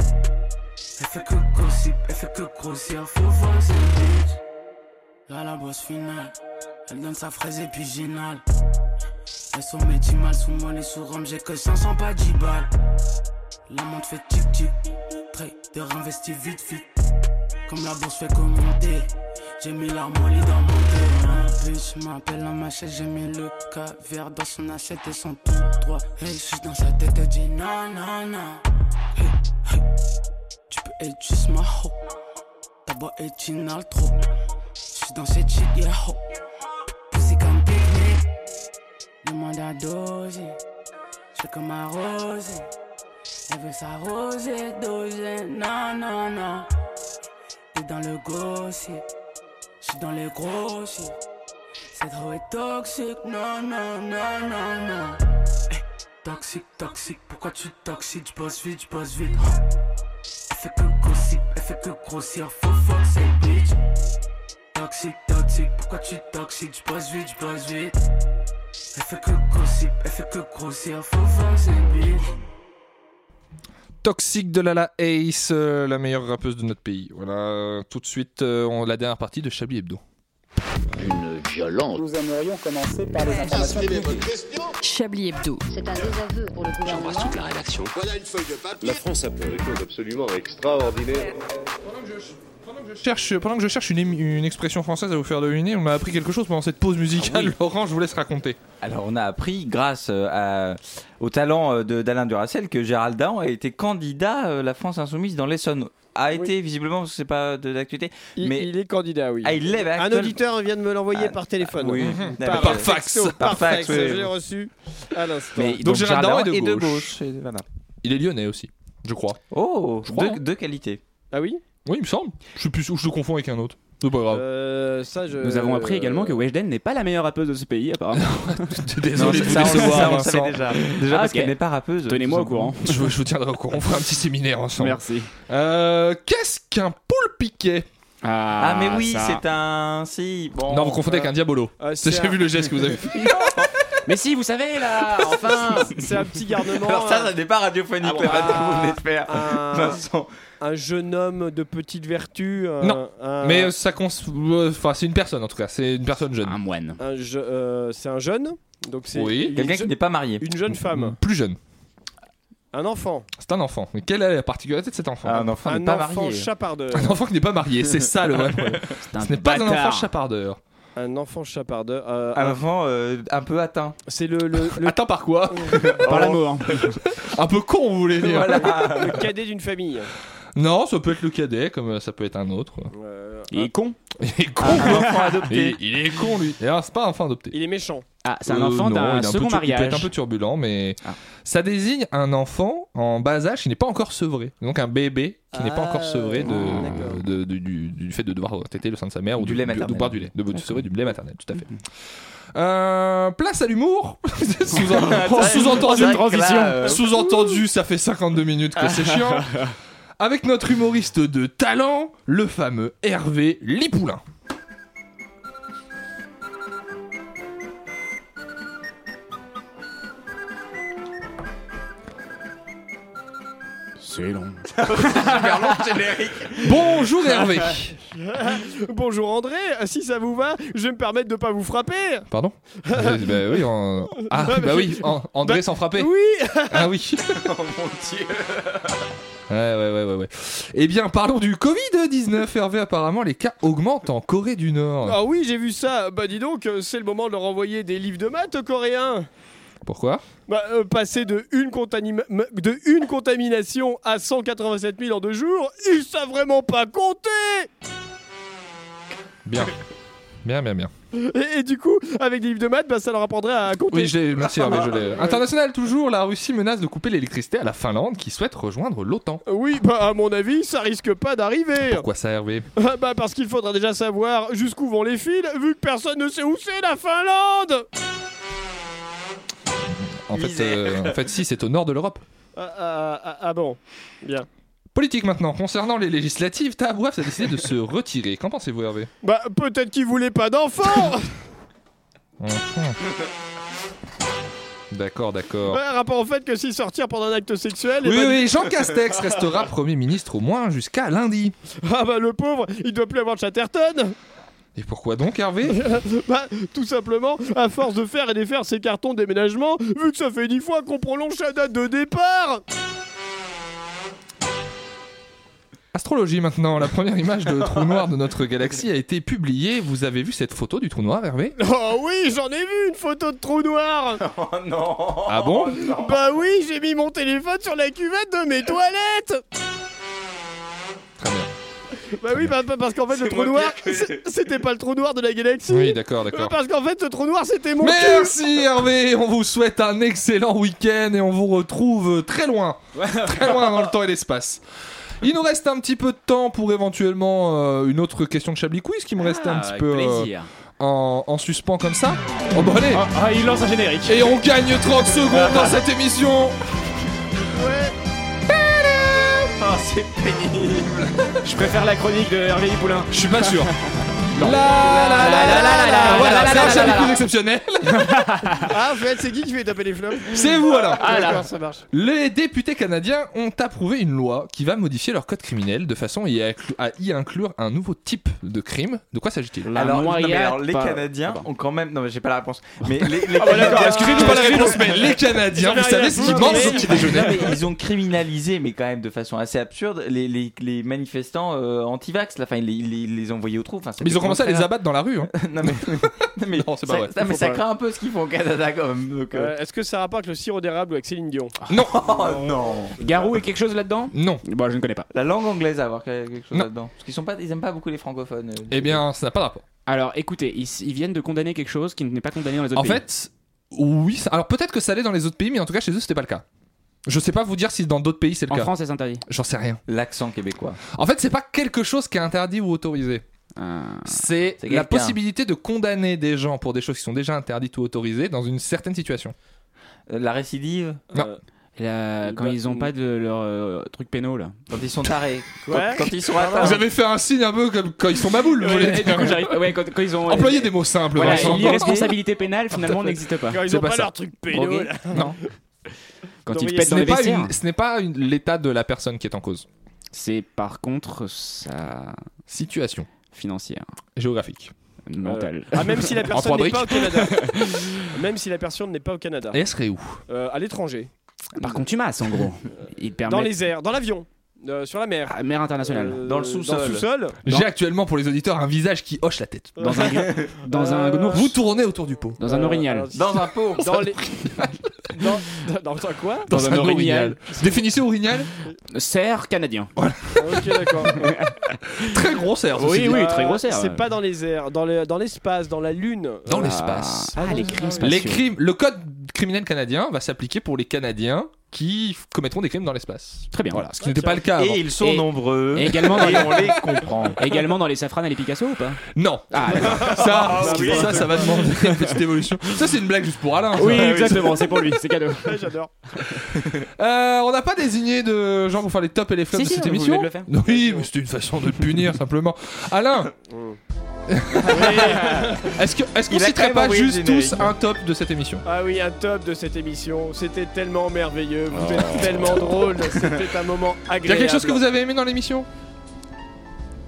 Speaker 4: Elle fait que grossir, elle fait que grossir, faut fuck cette bitch. Là, la bosse finale, elle donne sa fraise épiginale. Elles sont mes 10 mal, sous moi les sous Rome, j'ai que 500 pas 10 balles. La montre fait tic tic, trader investi vite vite. Comme la bourse fait commenter, j'ai mis la molly dans mon cœur. riche, je m'appelle en machette, j'ai mis le caviar dans son assiette et son tout droit. Hey, je suis dans sa tête, elle dit non, non, non. Hey, hey, tu peux être juste ma ho. Ta voix est une altro. Je suis dans cette shit, yeah ho. Pussy comme pique Demande à doser. Je fais comme arroser. Elle veut s'arroser, doser. Non, non, non. T'es dans le gossip. Je suis dans les gros shit. Cette roue est toxique, non, non, non, non, non. Hey, Eh, toxique, toxique, pourquoi tu toxiques? Je bosse vite, je bosse vite. Oh. Elle fait que gossip, elle fait que grossir. Faut fuck ces bitch. Toxique, toxique, pourquoi tu toxiques? Je bosse vite, je bosse vite. Elle fait que gossip, elle fait que grossir. Faut fuck ces bitch.
Speaker 1: Toxique de Lala Ace, euh, la meilleure rappeuse de notre pays. Voilà, euh, tout de suite, euh, on, la dernière partie de Chablis Hebdo.
Speaker 21: Une violence.
Speaker 22: Nous aimerions commencer par les informations publiques.
Speaker 8: Chablis Hebdo.
Speaker 23: C'est un désaveu pour le gouvernement.
Speaker 21: J'embrasse toute la rédaction.
Speaker 24: Voilà une feuille de papier. La France a fait des choses absolument extraordinaires.
Speaker 1: Je cherche- pendant que je cherche une, émi- une expression française à vous faire deviner, on m'a appris quelque chose pendant cette pause musicale. Laurent, je vous laisse raconter.
Speaker 6: Alors, on a appris, grâce euh, à- au talent euh, de- d'Alain Duracel, que Gérald Dahan a été candidat euh, la France Insoumise dans l'Essonne. A été, visiblement, parce que c'est pas de l'actualité.
Speaker 9: Il,
Speaker 6: mais
Speaker 9: il est candidat, oui.
Speaker 6: Ah, il l'est, bah,
Speaker 9: Un
Speaker 6: actuel-
Speaker 9: auditeur vient de me l'envoyer
Speaker 6: Ah,
Speaker 9: par téléphone.
Speaker 6: oui.
Speaker 9: Mhm.
Speaker 6: D'accord. Par fax.
Speaker 9: texto, Par
Speaker 6: Par fax,
Speaker 9: fax,
Speaker 6: oui,
Speaker 9: je
Speaker 6: oui.
Speaker 9: l'ai reçu à l'instant.
Speaker 6: Mais donc, Gérald Dahan est de gauche. Et- voilà.
Speaker 1: Il est lyonnais aussi, je crois.
Speaker 6: Oh,
Speaker 1: Je crois,
Speaker 6: de,
Speaker 1: hein.
Speaker 6: de qualité.
Speaker 9: Ah oui
Speaker 1: Oui, il me semble. Je sais plus où je le confonds avec un autre. C'est pas grave.
Speaker 9: Euh, ça, je...
Speaker 14: Nous avons appris également que Weshden n'est pas la meilleure rappeuse de ce pays, apparemment.
Speaker 1: Désolé de vous
Speaker 14: ça, on le-
Speaker 1: décevoir,
Speaker 14: ça, on le
Speaker 1: Vincent.
Speaker 14: savait déjà.
Speaker 6: Déjà
Speaker 14: Ah,
Speaker 6: parce
Speaker 14: ok.
Speaker 6: qu'elle n'est pas rappeuse.
Speaker 14: Tenez-moi au courant.
Speaker 1: Je, vous- je vous tiendrai au courant. On fera un petit séminaire ensemble.
Speaker 14: Merci.
Speaker 1: Euh, Qu'est-ce qu'un poule piqué
Speaker 6: Ah, mais oui, c'est un. Si. Bon,
Speaker 1: Non, vous confondez avec un diabolo.
Speaker 9: euh,
Speaker 1: C'est-
Speaker 9: c'est
Speaker 1: J'ai
Speaker 9: un-
Speaker 1: vu le geste que vous avez fait.
Speaker 14: Mais si, vous savez là, enfin
Speaker 9: C'est un petit garnement.
Speaker 6: Alors, ça,
Speaker 9: un-
Speaker 6: ça n'est pas radiophonique,
Speaker 9: Ah bon,
Speaker 6: la radio,
Speaker 9: ah,
Speaker 6: vous venez de faire.
Speaker 9: un-
Speaker 6: Vincent.
Speaker 9: un jeune homme de petite vertu. un-
Speaker 1: Non.
Speaker 9: un-
Speaker 1: Mais euh, ça cons- euh, Enfin, c'est une personne en tout cas. C'est une personne jeune.
Speaker 14: Un moine.
Speaker 9: un je- euh, c'est un jeune. Donc c'est
Speaker 1: Oui.
Speaker 9: une,
Speaker 6: Quelqu'un qui
Speaker 9: je-
Speaker 6: n'est pas marié.
Speaker 9: une jeune femme,
Speaker 1: Plus jeune.
Speaker 9: un enfant,
Speaker 1: C'est un enfant. Mais quelle est la particularité de cet enfant
Speaker 6: Ah, Un enfant n'est
Speaker 9: un
Speaker 6: pas
Speaker 9: enfant
Speaker 6: marié.
Speaker 9: chapardeur,
Speaker 1: Un enfant qui n'est pas marié. C'est ça le vrai problème.
Speaker 14: C'est un
Speaker 1: Ce n'est pas un enfant
Speaker 14: bâtard.
Speaker 1: chapardeur.
Speaker 9: un enfant chapardeur. euh,
Speaker 6: Un
Speaker 9: un-
Speaker 6: enfant euh, un peu atteint.
Speaker 9: C'est le, le, le-
Speaker 1: Atteint par quoi
Speaker 14: Par l'amour.
Speaker 1: Un peu con, vous voulez dire
Speaker 9: le cadet d'une famille.
Speaker 1: Non, ça peut être le cadet, comme euh, ça peut être un autre.
Speaker 9: Euh,
Speaker 14: Il est con.
Speaker 1: Il est con.
Speaker 6: Un enfant adopté.
Speaker 1: Il, il est con, lui. D'ailleurs, c'est pas un enfant adopté.
Speaker 9: il est méchant.
Speaker 14: Ah, c'est un
Speaker 1: Euh,
Speaker 14: enfant
Speaker 1: non, il est
Speaker 14: d'un
Speaker 1: un peu
Speaker 14: second
Speaker 1: tur- Il peut
Speaker 14: mariage.
Speaker 1: être un peu turbulent, mais
Speaker 14: Ah.
Speaker 1: ça désigne un enfant en bas âge qui n'est pas encore sevré. Donc un bébé qui n'est pas
Speaker 9: Ah,
Speaker 1: encore sevré de,
Speaker 9: d'accord.
Speaker 1: de- du, du- du fait de devoir téter le sein de sa mère ou
Speaker 6: Du
Speaker 1: de-
Speaker 6: lait
Speaker 1: de
Speaker 6: maternel.
Speaker 1: boire du lait, de, de sevrer du lait maternel, tout à fait. Euh, place à l'humour Sous-en- Sous-entendu
Speaker 6: C'est vrai que là, euh,
Speaker 1: Sous-entendu, ça fait 52 minutes que c'est chiant Avec notre humoriste de talent, le fameux Hervé Lipoulin.
Speaker 14: C'est long.
Speaker 1: Bonjour Hervé
Speaker 9: Bonjour André, si ça vous va, je vais me permettre de pas vous frapper.
Speaker 1: Pardon Euh, Bah oui, en- ah, bah oui en- André
Speaker 9: Bah,
Speaker 1: sans frapper.
Speaker 9: Oui,
Speaker 1: Ah oui
Speaker 6: Oh mon dieu.
Speaker 1: Ouais, ouais, ouais, ouais, ouais. Eh bien, parlons du Covid-19, Hervé. Apparemment, les cas augmentent en Corée du Nord.
Speaker 9: ah oui, j'ai vu ça. Bah dis donc, euh, c'est le moment de leur envoyer des livres de maths aux coréens.
Speaker 1: Pourquoi
Speaker 9: Bah, euh, passer de une, contami- m- de une contamination à 187 000 en deux jours, ils savent vraiment pas compter
Speaker 1: Bien. Bien, bien, bien.
Speaker 9: et, et du coup, avec des livres de maths, bah, ça leur apprendrait à compter.
Speaker 1: Oui, je l'ai- merci Hervé, je l'ai. International, toujours, la Russie menace de couper l'électricité à la Finlande qui souhaite rejoindre l'OTAN.
Speaker 9: Oui, bah à mon avis, ça risque pas d'arriver.
Speaker 1: Pourquoi ça, Hervé
Speaker 9: Ah bah parce qu'il faudra déjà savoir jusqu'où vont les fils, vu que personne ne sait où c'est la Finlande
Speaker 1: en fait, euh, en fait, si, c'est au nord de l'Europe.
Speaker 9: ah, ah, ah, ah bon, bien.
Speaker 1: Politique maintenant. Concernant les législatives, Tahabouaf a décidé de se retirer. Qu'en pensez-vous, Hervé
Speaker 9: Bah peut-être qu'ils voulaient pas d'enfants
Speaker 1: D'accord, d'accord.
Speaker 9: Ouais, Rapport au fait que s'ils sortirent pendant un acte sexuel... eh
Speaker 1: Oui,
Speaker 9: ben,
Speaker 1: oui, Jean Castex restera Premier ministre au moins jusqu'à lundi.
Speaker 9: Ah bah le pauvre, il doit plus avoir de Chatterton
Speaker 1: Et pourquoi donc, Hervé
Speaker 9: Bah tout simplement, à force de faire et défaire ces cartons de déménagement, vu que ça fait dix fois qu'on prolonge la date de départ
Speaker 1: Astrologie maintenant, la première image de trou noir de notre galaxie a été publiée. Vous avez vu cette photo du trou noir, Hervé
Speaker 9: Oh oui, j'en ai vu une photo de trou noir
Speaker 6: Oh non
Speaker 1: Ah bon
Speaker 9: Bah oui, j'ai mis mon téléphone sur la cuvette de mes toilettes
Speaker 1: Très bien.
Speaker 9: Bah oui, bah, bah, parce qu'en fait, le trou noir, c'est- c'était pas le trou noir de la galaxie
Speaker 1: Oui, euh, d'accord,
Speaker 9: Euh,
Speaker 1: d'accord.
Speaker 9: Parce qu'en fait, ce trou noir, c'était mon cul.
Speaker 1: Merci Hervé, on vous souhaite un excellent week-end et on vous retrouve très loin, très loin dans le temps et l'espace. Il nous reste un petit peu de temps pour éventuellement euh, une autre question de Chablis Quiz qui me restait un
Speaker 25: Ah,
Speaker 1: petit
Speaker 25: avec
Speaker 1: peu euh,
Speaker 25: plaisir.
Speaker 1: en, en suspens comme ça. Oh bah allez
Speaker 25: Ah, ah, il lance un générique.
Speaker 1: Et on gagne 30 secondes dans cette émission
Speaker 25: Ah, c'est pénible. Je préfère la chronique de Hervé Poulain.
Speaker 1: Je suis pas sûr. La la la la la la Voilà, c'est un Chablis Quiz exceptionnel
Speaker 9: Ah, en fait, c'est qui qui fait taper les flops
Speaker 1: C'est vous alors
Speaker 9: Ah, D'accord, ça marche.
Speaker 1: Les députés canadiens ont approuvé une loi qui va modifier leur code criminel de façon à y inclu- à y inclure un nouveau type de crime. De quoi s'agit-il
Speaker 6: alors, non, mais
Speaker 25: noyade
Speaker 6: alors, les
Speaker 25: par-
Speaker 6: Canadiens ont quand même. Non, mais j'ai pas la réponse. Mais les, les
Speaker 25: bah
Speaker 6: Canadiens-
Speaker 25: d'accord,
Speaker 1: Ah, excusez-nous, pas la réponse, mais les Canadiens, vous savez ce qu'ils mangent au petit déjeuner.
Speaker 6: Non, mais ils ont criminalisé, mais quand même de façon assez absurde, les, les, les manifestants euh, anti-vax. là. Enfin, ils les, ils les- les ont envoyés au trou. Enfin,
Speaker 1: Mais ils ont commencé à les
Speaker 6: abattre
Speaker 1: abattre dans la rue. hein.
Speaker 6: non mais, non, mais
Speaker 1: Non, c'est pas
Speaker 6: ça,
Speaker 1: vrai.
Speaker 6: non, mais
Speaker 9: Faut
Speaker 6: ça
Speaker 9: pas-
Speaker 6: craint un peu ce qu'ils font au Canada quand même. donc, euh,
Speaker 9: Euh, Est-ce que ça a rapport avec le sirop d'érable ou avec Céline Dion
Speaker 1: Non
Speaker 6: Oh non
Speaker 14: Garou est quelque chose là-dedans
Speaker 1: Non
Speaker 14: Bon, Bah, je ne connais pas.
Speaker 6: La langue anglaise à avoir quelque chose
Speaker 1: Non.
Speaker 6: là-dedans. Parce qu'ils sont pas, ils aiment pas beaucoup les francophones. euh,
Speaker 1: Eh bien, ça n'a pas de rapport.
Speaker 14: Alors écoutez, ils, ils viennent de condamner quelque chose qui n'est pas condamné dans les autres
Speaker 1: En
Speaker 14: pays.
Speaker 1: fait, oui. ça- Alors peut-être que ça allait dans les autres pays, mais en tout cas chez eux, c'était pas le cas. Je sais pas vous dire si dans d'autres pays c'est le
Speaker 14: en
Speaker 1: cas.
Speaker 14: France, c'est interdit.
Speaker 1: J'en sais rien.
Speaker 6: L'accent québécois.
Speaker 1: En fait, c'est pas quelque chose qui est interdit ou autorisé.
Speaker 14: Ah.
Speaker 1: C'est
Speaker 6: C'est
Speaker 1: la
Speaker 6: quelqu'un.
Speaker 1: possibilité de condamner des gens pour des choses qui sont déjà interdites ou autorisées dans une certaine situation.
Speaker 6: Euh, La récidive
Speaker 1: Non.
Speaker 9: Euh,
Speaker 14: La- quand
Speaker 9: Bah,
Speaker 14: ils ont pas de leur euh, truc pénal là.
Speaker 6: quand ils sont tarés. quand,
Speaker 9: Ouais.
Speaker 6: quand ils sont atteints.
Speaker 1: Vous avez fait un signe un peu comme quand ils sont maboules, vous voulez
Speaker 14: Et du
Speaker 1: dire.
Speaker 14: coup, j'arrive. Ouais, quand, quand ils ont. euh,
Speaker 1: Employez des mots simples,
Speaker 14: Voilà,
Speaker 1: Vincent.
Speaker 14: l'irresponsabilité pénale finalement n'existe pas.
Speaker 9: Quand ils
Speaker 1: c'est
Speaker 9: ont
Speaker 1: pas
Speaker 9: pas,
Speaker 1: ça.
Speaker 9: leur truc pédo.
Speaker 14: Drogué.
Speaker 9: là.
Speaker 1: Non.
Speaker 14: Quand
Speaker 9: D'envoyer
Speaker 14: ils
Speaker 9: ça.
Speaker 14: pètent
Speaker 1: Ce
Speaker 14: dans les
Speaker 1: n'est pas,
Speaker 14: vestiaires.
Speaker 1: une- ce n'est pas une- l'état de la personne qui est en cause.
Speaker 14: C'est par contre sa
Speaker 1: Situation
Speaker 14: financière,
Speaker 1: géographique.
Speaker 14: mentale.
Speaker 9: Ah, même si la personne
Speaker 1: trois
Speaker 9: n'est pas au Canada. même si la personne n'est pas au Canada.
Speaker 1: Et elle serait où
Speaker 9: Euh, à l'étranger.
Speaker 14: Euh, Par contumace en gros. Ils
Speaker 9: Dans
Speaker 14: permettent.
Speaker 9: les airs, dans l'avion, euh, sur la mer.
Speaker 14: Ah, mer internationale.
Speaker 9: Euh,
Speaker 6: Dans le sous-sol.
Speaker 9: Dans le sous-sol.
Speaker 1: J'ai actuellement pour les auditeurs un visage qui hoche la tête.
Speaker 14: Dans un dans un
Speaker 9: Euh,
Speaker 14: ours.
Speaker 1: Vous tournez autour du pot.
Speaker 14: Dans un
Speaker 9: Euh,
Speaker 14: orignal.
Speaker 9: alors,
Speaker 6: Dans un pot.
Speaker 9: Dans les. dans, dans, dans un quoi
Speaker 1: Dans,
Speaker 14: un orignal.
Speaker 1: Définissez orignal
Speaker 14: Cerf canadien.
Speaker 9: Ok, d'accord.
Speaker 1: Très gros cerf.
Speaker 14: Oui,
Speaker 1: ceci dit.
Speaker 14: oui.
Speaker 9: Euh,
Speaker 14: très grossière.
Speaker 9: C'est pas dans les airs, dans le- dans l'espace, dans la lune.
Speaker 1: Dans
Speaker 9: Euh,
Speaker 1: l'espace.
Speaker 14: Ah, les crimes spatiaux.
Speaker 1: Les crimes, le code criminel canadien va s'appliquer pour les Canadiens qui f- commettront des crimes dans l'espace.
Speaker 14: Très bien.
Speaker 1: Voilà, ce qui n'était pas le cas. avant.
Speaker 6: Ah, Et ils sont
Speaker 14: Et-
Speaker 6: nombreux.
Speaker 14: Et également dans les,
Speaker 6: on les comprend.
Speaker 14: également dans les safranes et les Picasso ou pas
Speaker 1: Non,
Speaker 14: Ah,
Speaker 1: ça,
Speaker 6: Ah, oui.
Speaker 1: ça, ça va demander une petite évolution. Ça, c'est une blague juste pour Alain. ça.
Speaker 14: oui, exactement, c'est pour lui, c'est cadeau.
Speaker 9: ouais, J'adore.
Speaker 1: Euh, on n'a pas désigné de gens pour faire les tops et les flops
Speaker 14: Si,
Speaker 1: de
Speaker 14: si,
Speaker 1: cette
Speaker 14: vous
Speaker 1: émission.
Speaker 14: voulez le faire.
Speaker 1: oui, mais c'était une façon de te punir simplement. Alain, est-ce que est-ce qu'on
Speaker 6: Il a quand
Speaker 1: citerait
Speaker 6: même
Speaker 1: pas
Speaker 6: envoyé
Speaker 1: juste
Speaker 6: le générique.
Speaker 1: tous un top de cette émission
Speaker 9: Ah oui, un top de cette émission. C'était tellement merveilleux. Vous êtes tellement drôle. C'était un moment agréable.
Speaker 1: Il y a quelque chose que vous avez aimé dans l'émission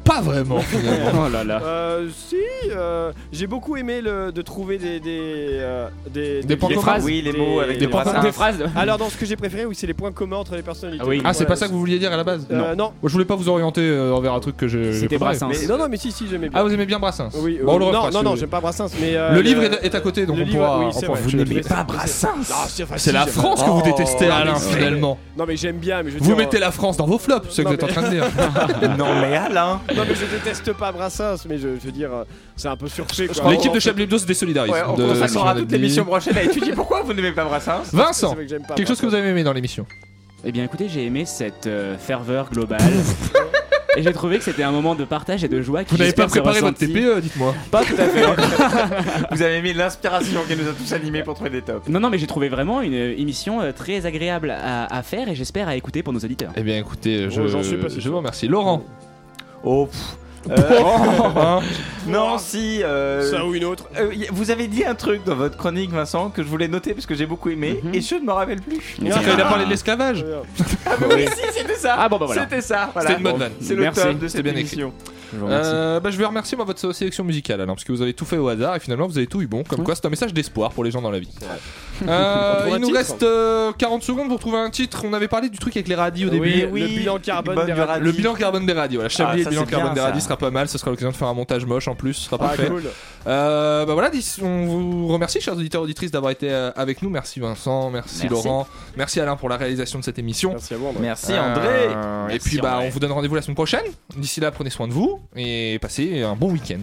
Speaker 1: Pas vraiment finalement.
Speaker 14: Oh là là.
Speaker 9: Euh, si, euh, j'ai beaucoup aimé le, de trouver des des euh, des,
Speaker 1: Des points
Speaker 9: des
Speaker 1: communs.
Speaker 9: phrases,
Speaker 6: Oui, les
Speaker 9: des-
Speaker 6: mots avec
Speaker 9: des
Speaker 6: les
Speaker 9: points
Speaker 6: brassins.
Speaker 14: Des phrases. de-
Speaker 9: Alors dans ce que j'ai préféré, oui, c'est les points communs entre les personnalités.
Speaker 14: Ah oui.
Speaker 1: Ah, c'est
Speaker 9: Voilà,
Speaker 1: pas ça que vous vouliez dire à la base
Speaker 9: Euh, non.
Speaker 1: Moi, je voulais pas vous orienter euh, envers un truc que je. j'ai
Speaker 14: C'était
Speaker 1: préparé.
Speaker 14: Brassens.
Speaker 6: Mais-
Speaker 9: Non, non, mais si, si, j'aimais bien.
Speaker 1: Ah, vous aimez bien Brassens
Speaker 9: Oui,
Speaker 1: Bon, on
Speaker 9: euh,
Speaker 1: le refera,
Speaker 9: non,
Speaker 1: si
Speaker 9: non,
Speaker 1: vous
Speaker 9: non,
Speaker 1: voulez.
Speaker 9: j'aime pas Brassens, mais euh,
Speaker 1: Le livre est est à côté, donc
Speaker 9: le
Speaker 1: on
Speaker 9: livre,
Speaker 1: pourra.
Speaker 9: oui,
Speaker 1: on
Speaker 9: c'est
Speaker 1: pourra-
Speaker 9: vrai,
Speaker 1: vous
Speaker 9: je-
Speaker 1: n'aimez
Speaker 9: je-
Speaker 1: pas
Speaker 9: je-
Speaker 1: Brassens
Speaker 9: Ah, c'est facile,
Speaker 1: C'est la
Speaker 9: j'aime.
Speaker 1: France que vous détestez, Alain,
Speaker 9: mais c'est-
Speaker 1: finalement.
Speaker 9: Non, mais j'aime bien, mais je veux
Speaker 1: Vous
Speaker 9: dire,
Speaker 1: mettez la France dans vos flops, c'est ce que
Speaker 9: Non,
Speaker 1: vous êtes en
Speaker 9: mais-
Speaker 1: train de dire.
Speaker 6: non mais Alain.
Speaker 9: euh, Non, mais je déteste pas Brassens, mais je, je veux dire, euh, c'est un peu surfait. quoi.
Speaker 1: L'équipe
Speaker 9: Oh,
Speaker 1: de Chablis Hebdo se désolidarise.
Speaker 6: Ouais, on
Speaker 1: de ce qu'on a
Speaker 6: consacrera toute
Speaker 1: dit.
Speaker 6: l'émission prochaine à étudier pourquoi vous n'aimez pas Brassens.
Speaker 9: c'est
Speaker 1: Vincent,
Speaker 9: vrai que j'aime pas
Speaker 1: quelque chose que vous avez aimé dans l'émission
Speaker 14: Eh bien écoutez, j'ai aimé cette euh, ferveur globale. Et j'ai trouvé que c'était un moment de partage et de joie qui
Speaker 1: Vous n'avez pas
Speaker 14: j'espère, se
Speaker 1: préparé votre
Speaker 14: ressentit.
Speaker 1: TPE, dites-moi.
Speaker 14: Pas tout à fait.
Speaker 6: Vous avez mis l'inspiration qui nous a tous animés pour trouver des tops.
Speaker 14: Non, non, mais j'ai trouvé vraiment une euh, émission euh, très agréable à, à faire et j'espère à écouter pour nos auditeurs.
Speaker 1: Eh bien, écoutez, je,
Speaker 9: Oh, j'en suis pas si
Speaker 1: je
Speaker 9: sûr.
Speaker 1: vous remercie. Laurent,
Speaker 6: Oh. pff. Euh,
Speaker 1: hein,
Speaker 6: non si. euh,
Speaker 9: Ça ou une autre.
Speaker 6: euh, y- vous avez dit un truc dans votre chronique Vincent que je voulais noter parce que j'ai beaucoup aimé et je ne me rappelle plus.
Speaker 1: c'est quand il a parlé de l'esclavage.
Speaker 9: Euh,
Speaker 6: Ah bah oui, si, c'était ça.
Speaker 14: Ah bon, bah voilà.
Speaker 6: C'était ça. Voilà.
Speaker 1: C'était une bonne
Speaker 6: Bon,
Speaker 1: vanne.
Speaker 6: C'est le
Speaker 14: Merci.
Speaker 6: top de
Speaker 1: C'était
Speaker 6: cette
Speaker 1: bien
Speaker 6: émission.
Speaker 1: Je,
Speaker 26: vous remercie.
Speaker 1: bah, je vais remercier moi, votre sélection musicale, alors, parce que vous avez tout fait au hasard et finalement vous avez tout eu bon. Comme quoi, c'est un message d'espoir pour les gens dans la vie. Euh,
Speaker 9: On trouve un
Speaker 1: il nous
Speaker 9: titre.
Speaker 1: reste euh, 40 secondes pour trouver un titre. On avait parlé du truc avec les radis au
Speaker 9: Ah Oui,
Speaker 1: début.
Speaker 9: oui, le bilan carbone Bonne des radis. radis.
Speaker 1: Le bilan carbone des radis. Voilà, Chablis
Speaker 9: Ah,
Speaker 1: et le
Speaker 9: ça,
Speaker 1: bilan
Speaker 9: c'est
Speaker 1: carbone
Speaker 9: bien,
Speaker 1: des radis
Speaker 9: ça.
Speaker 1: sera pas mal. Ce sera l'occasion de faire un montage moche en plus. Ce sera
Speaker 9: Ah,
Speaker 1: parfait.
Speaker 9: cool.
Speaker 1: Euh, bah voilà, dis- on vous remercie, chers auditeurs auditrices, d'avoir été euh, avec nous. Merci Vincent, merci,
Speaker 9: Merci.
Speaker 1: Laurent, merci Alain pour la réalisation de cette émission.
Speaker 9: Merci à vous, André.
Speaker 6: Merci, André.
Speaker 1: et
Speaker 6: Merci,
Speaker 1: puis bah,
Speaker 6: André.
Speaker 1: on vous donne rendez-vous la semaine prochaine. D'ici là, prenez soin de vous et passez un bon week-end.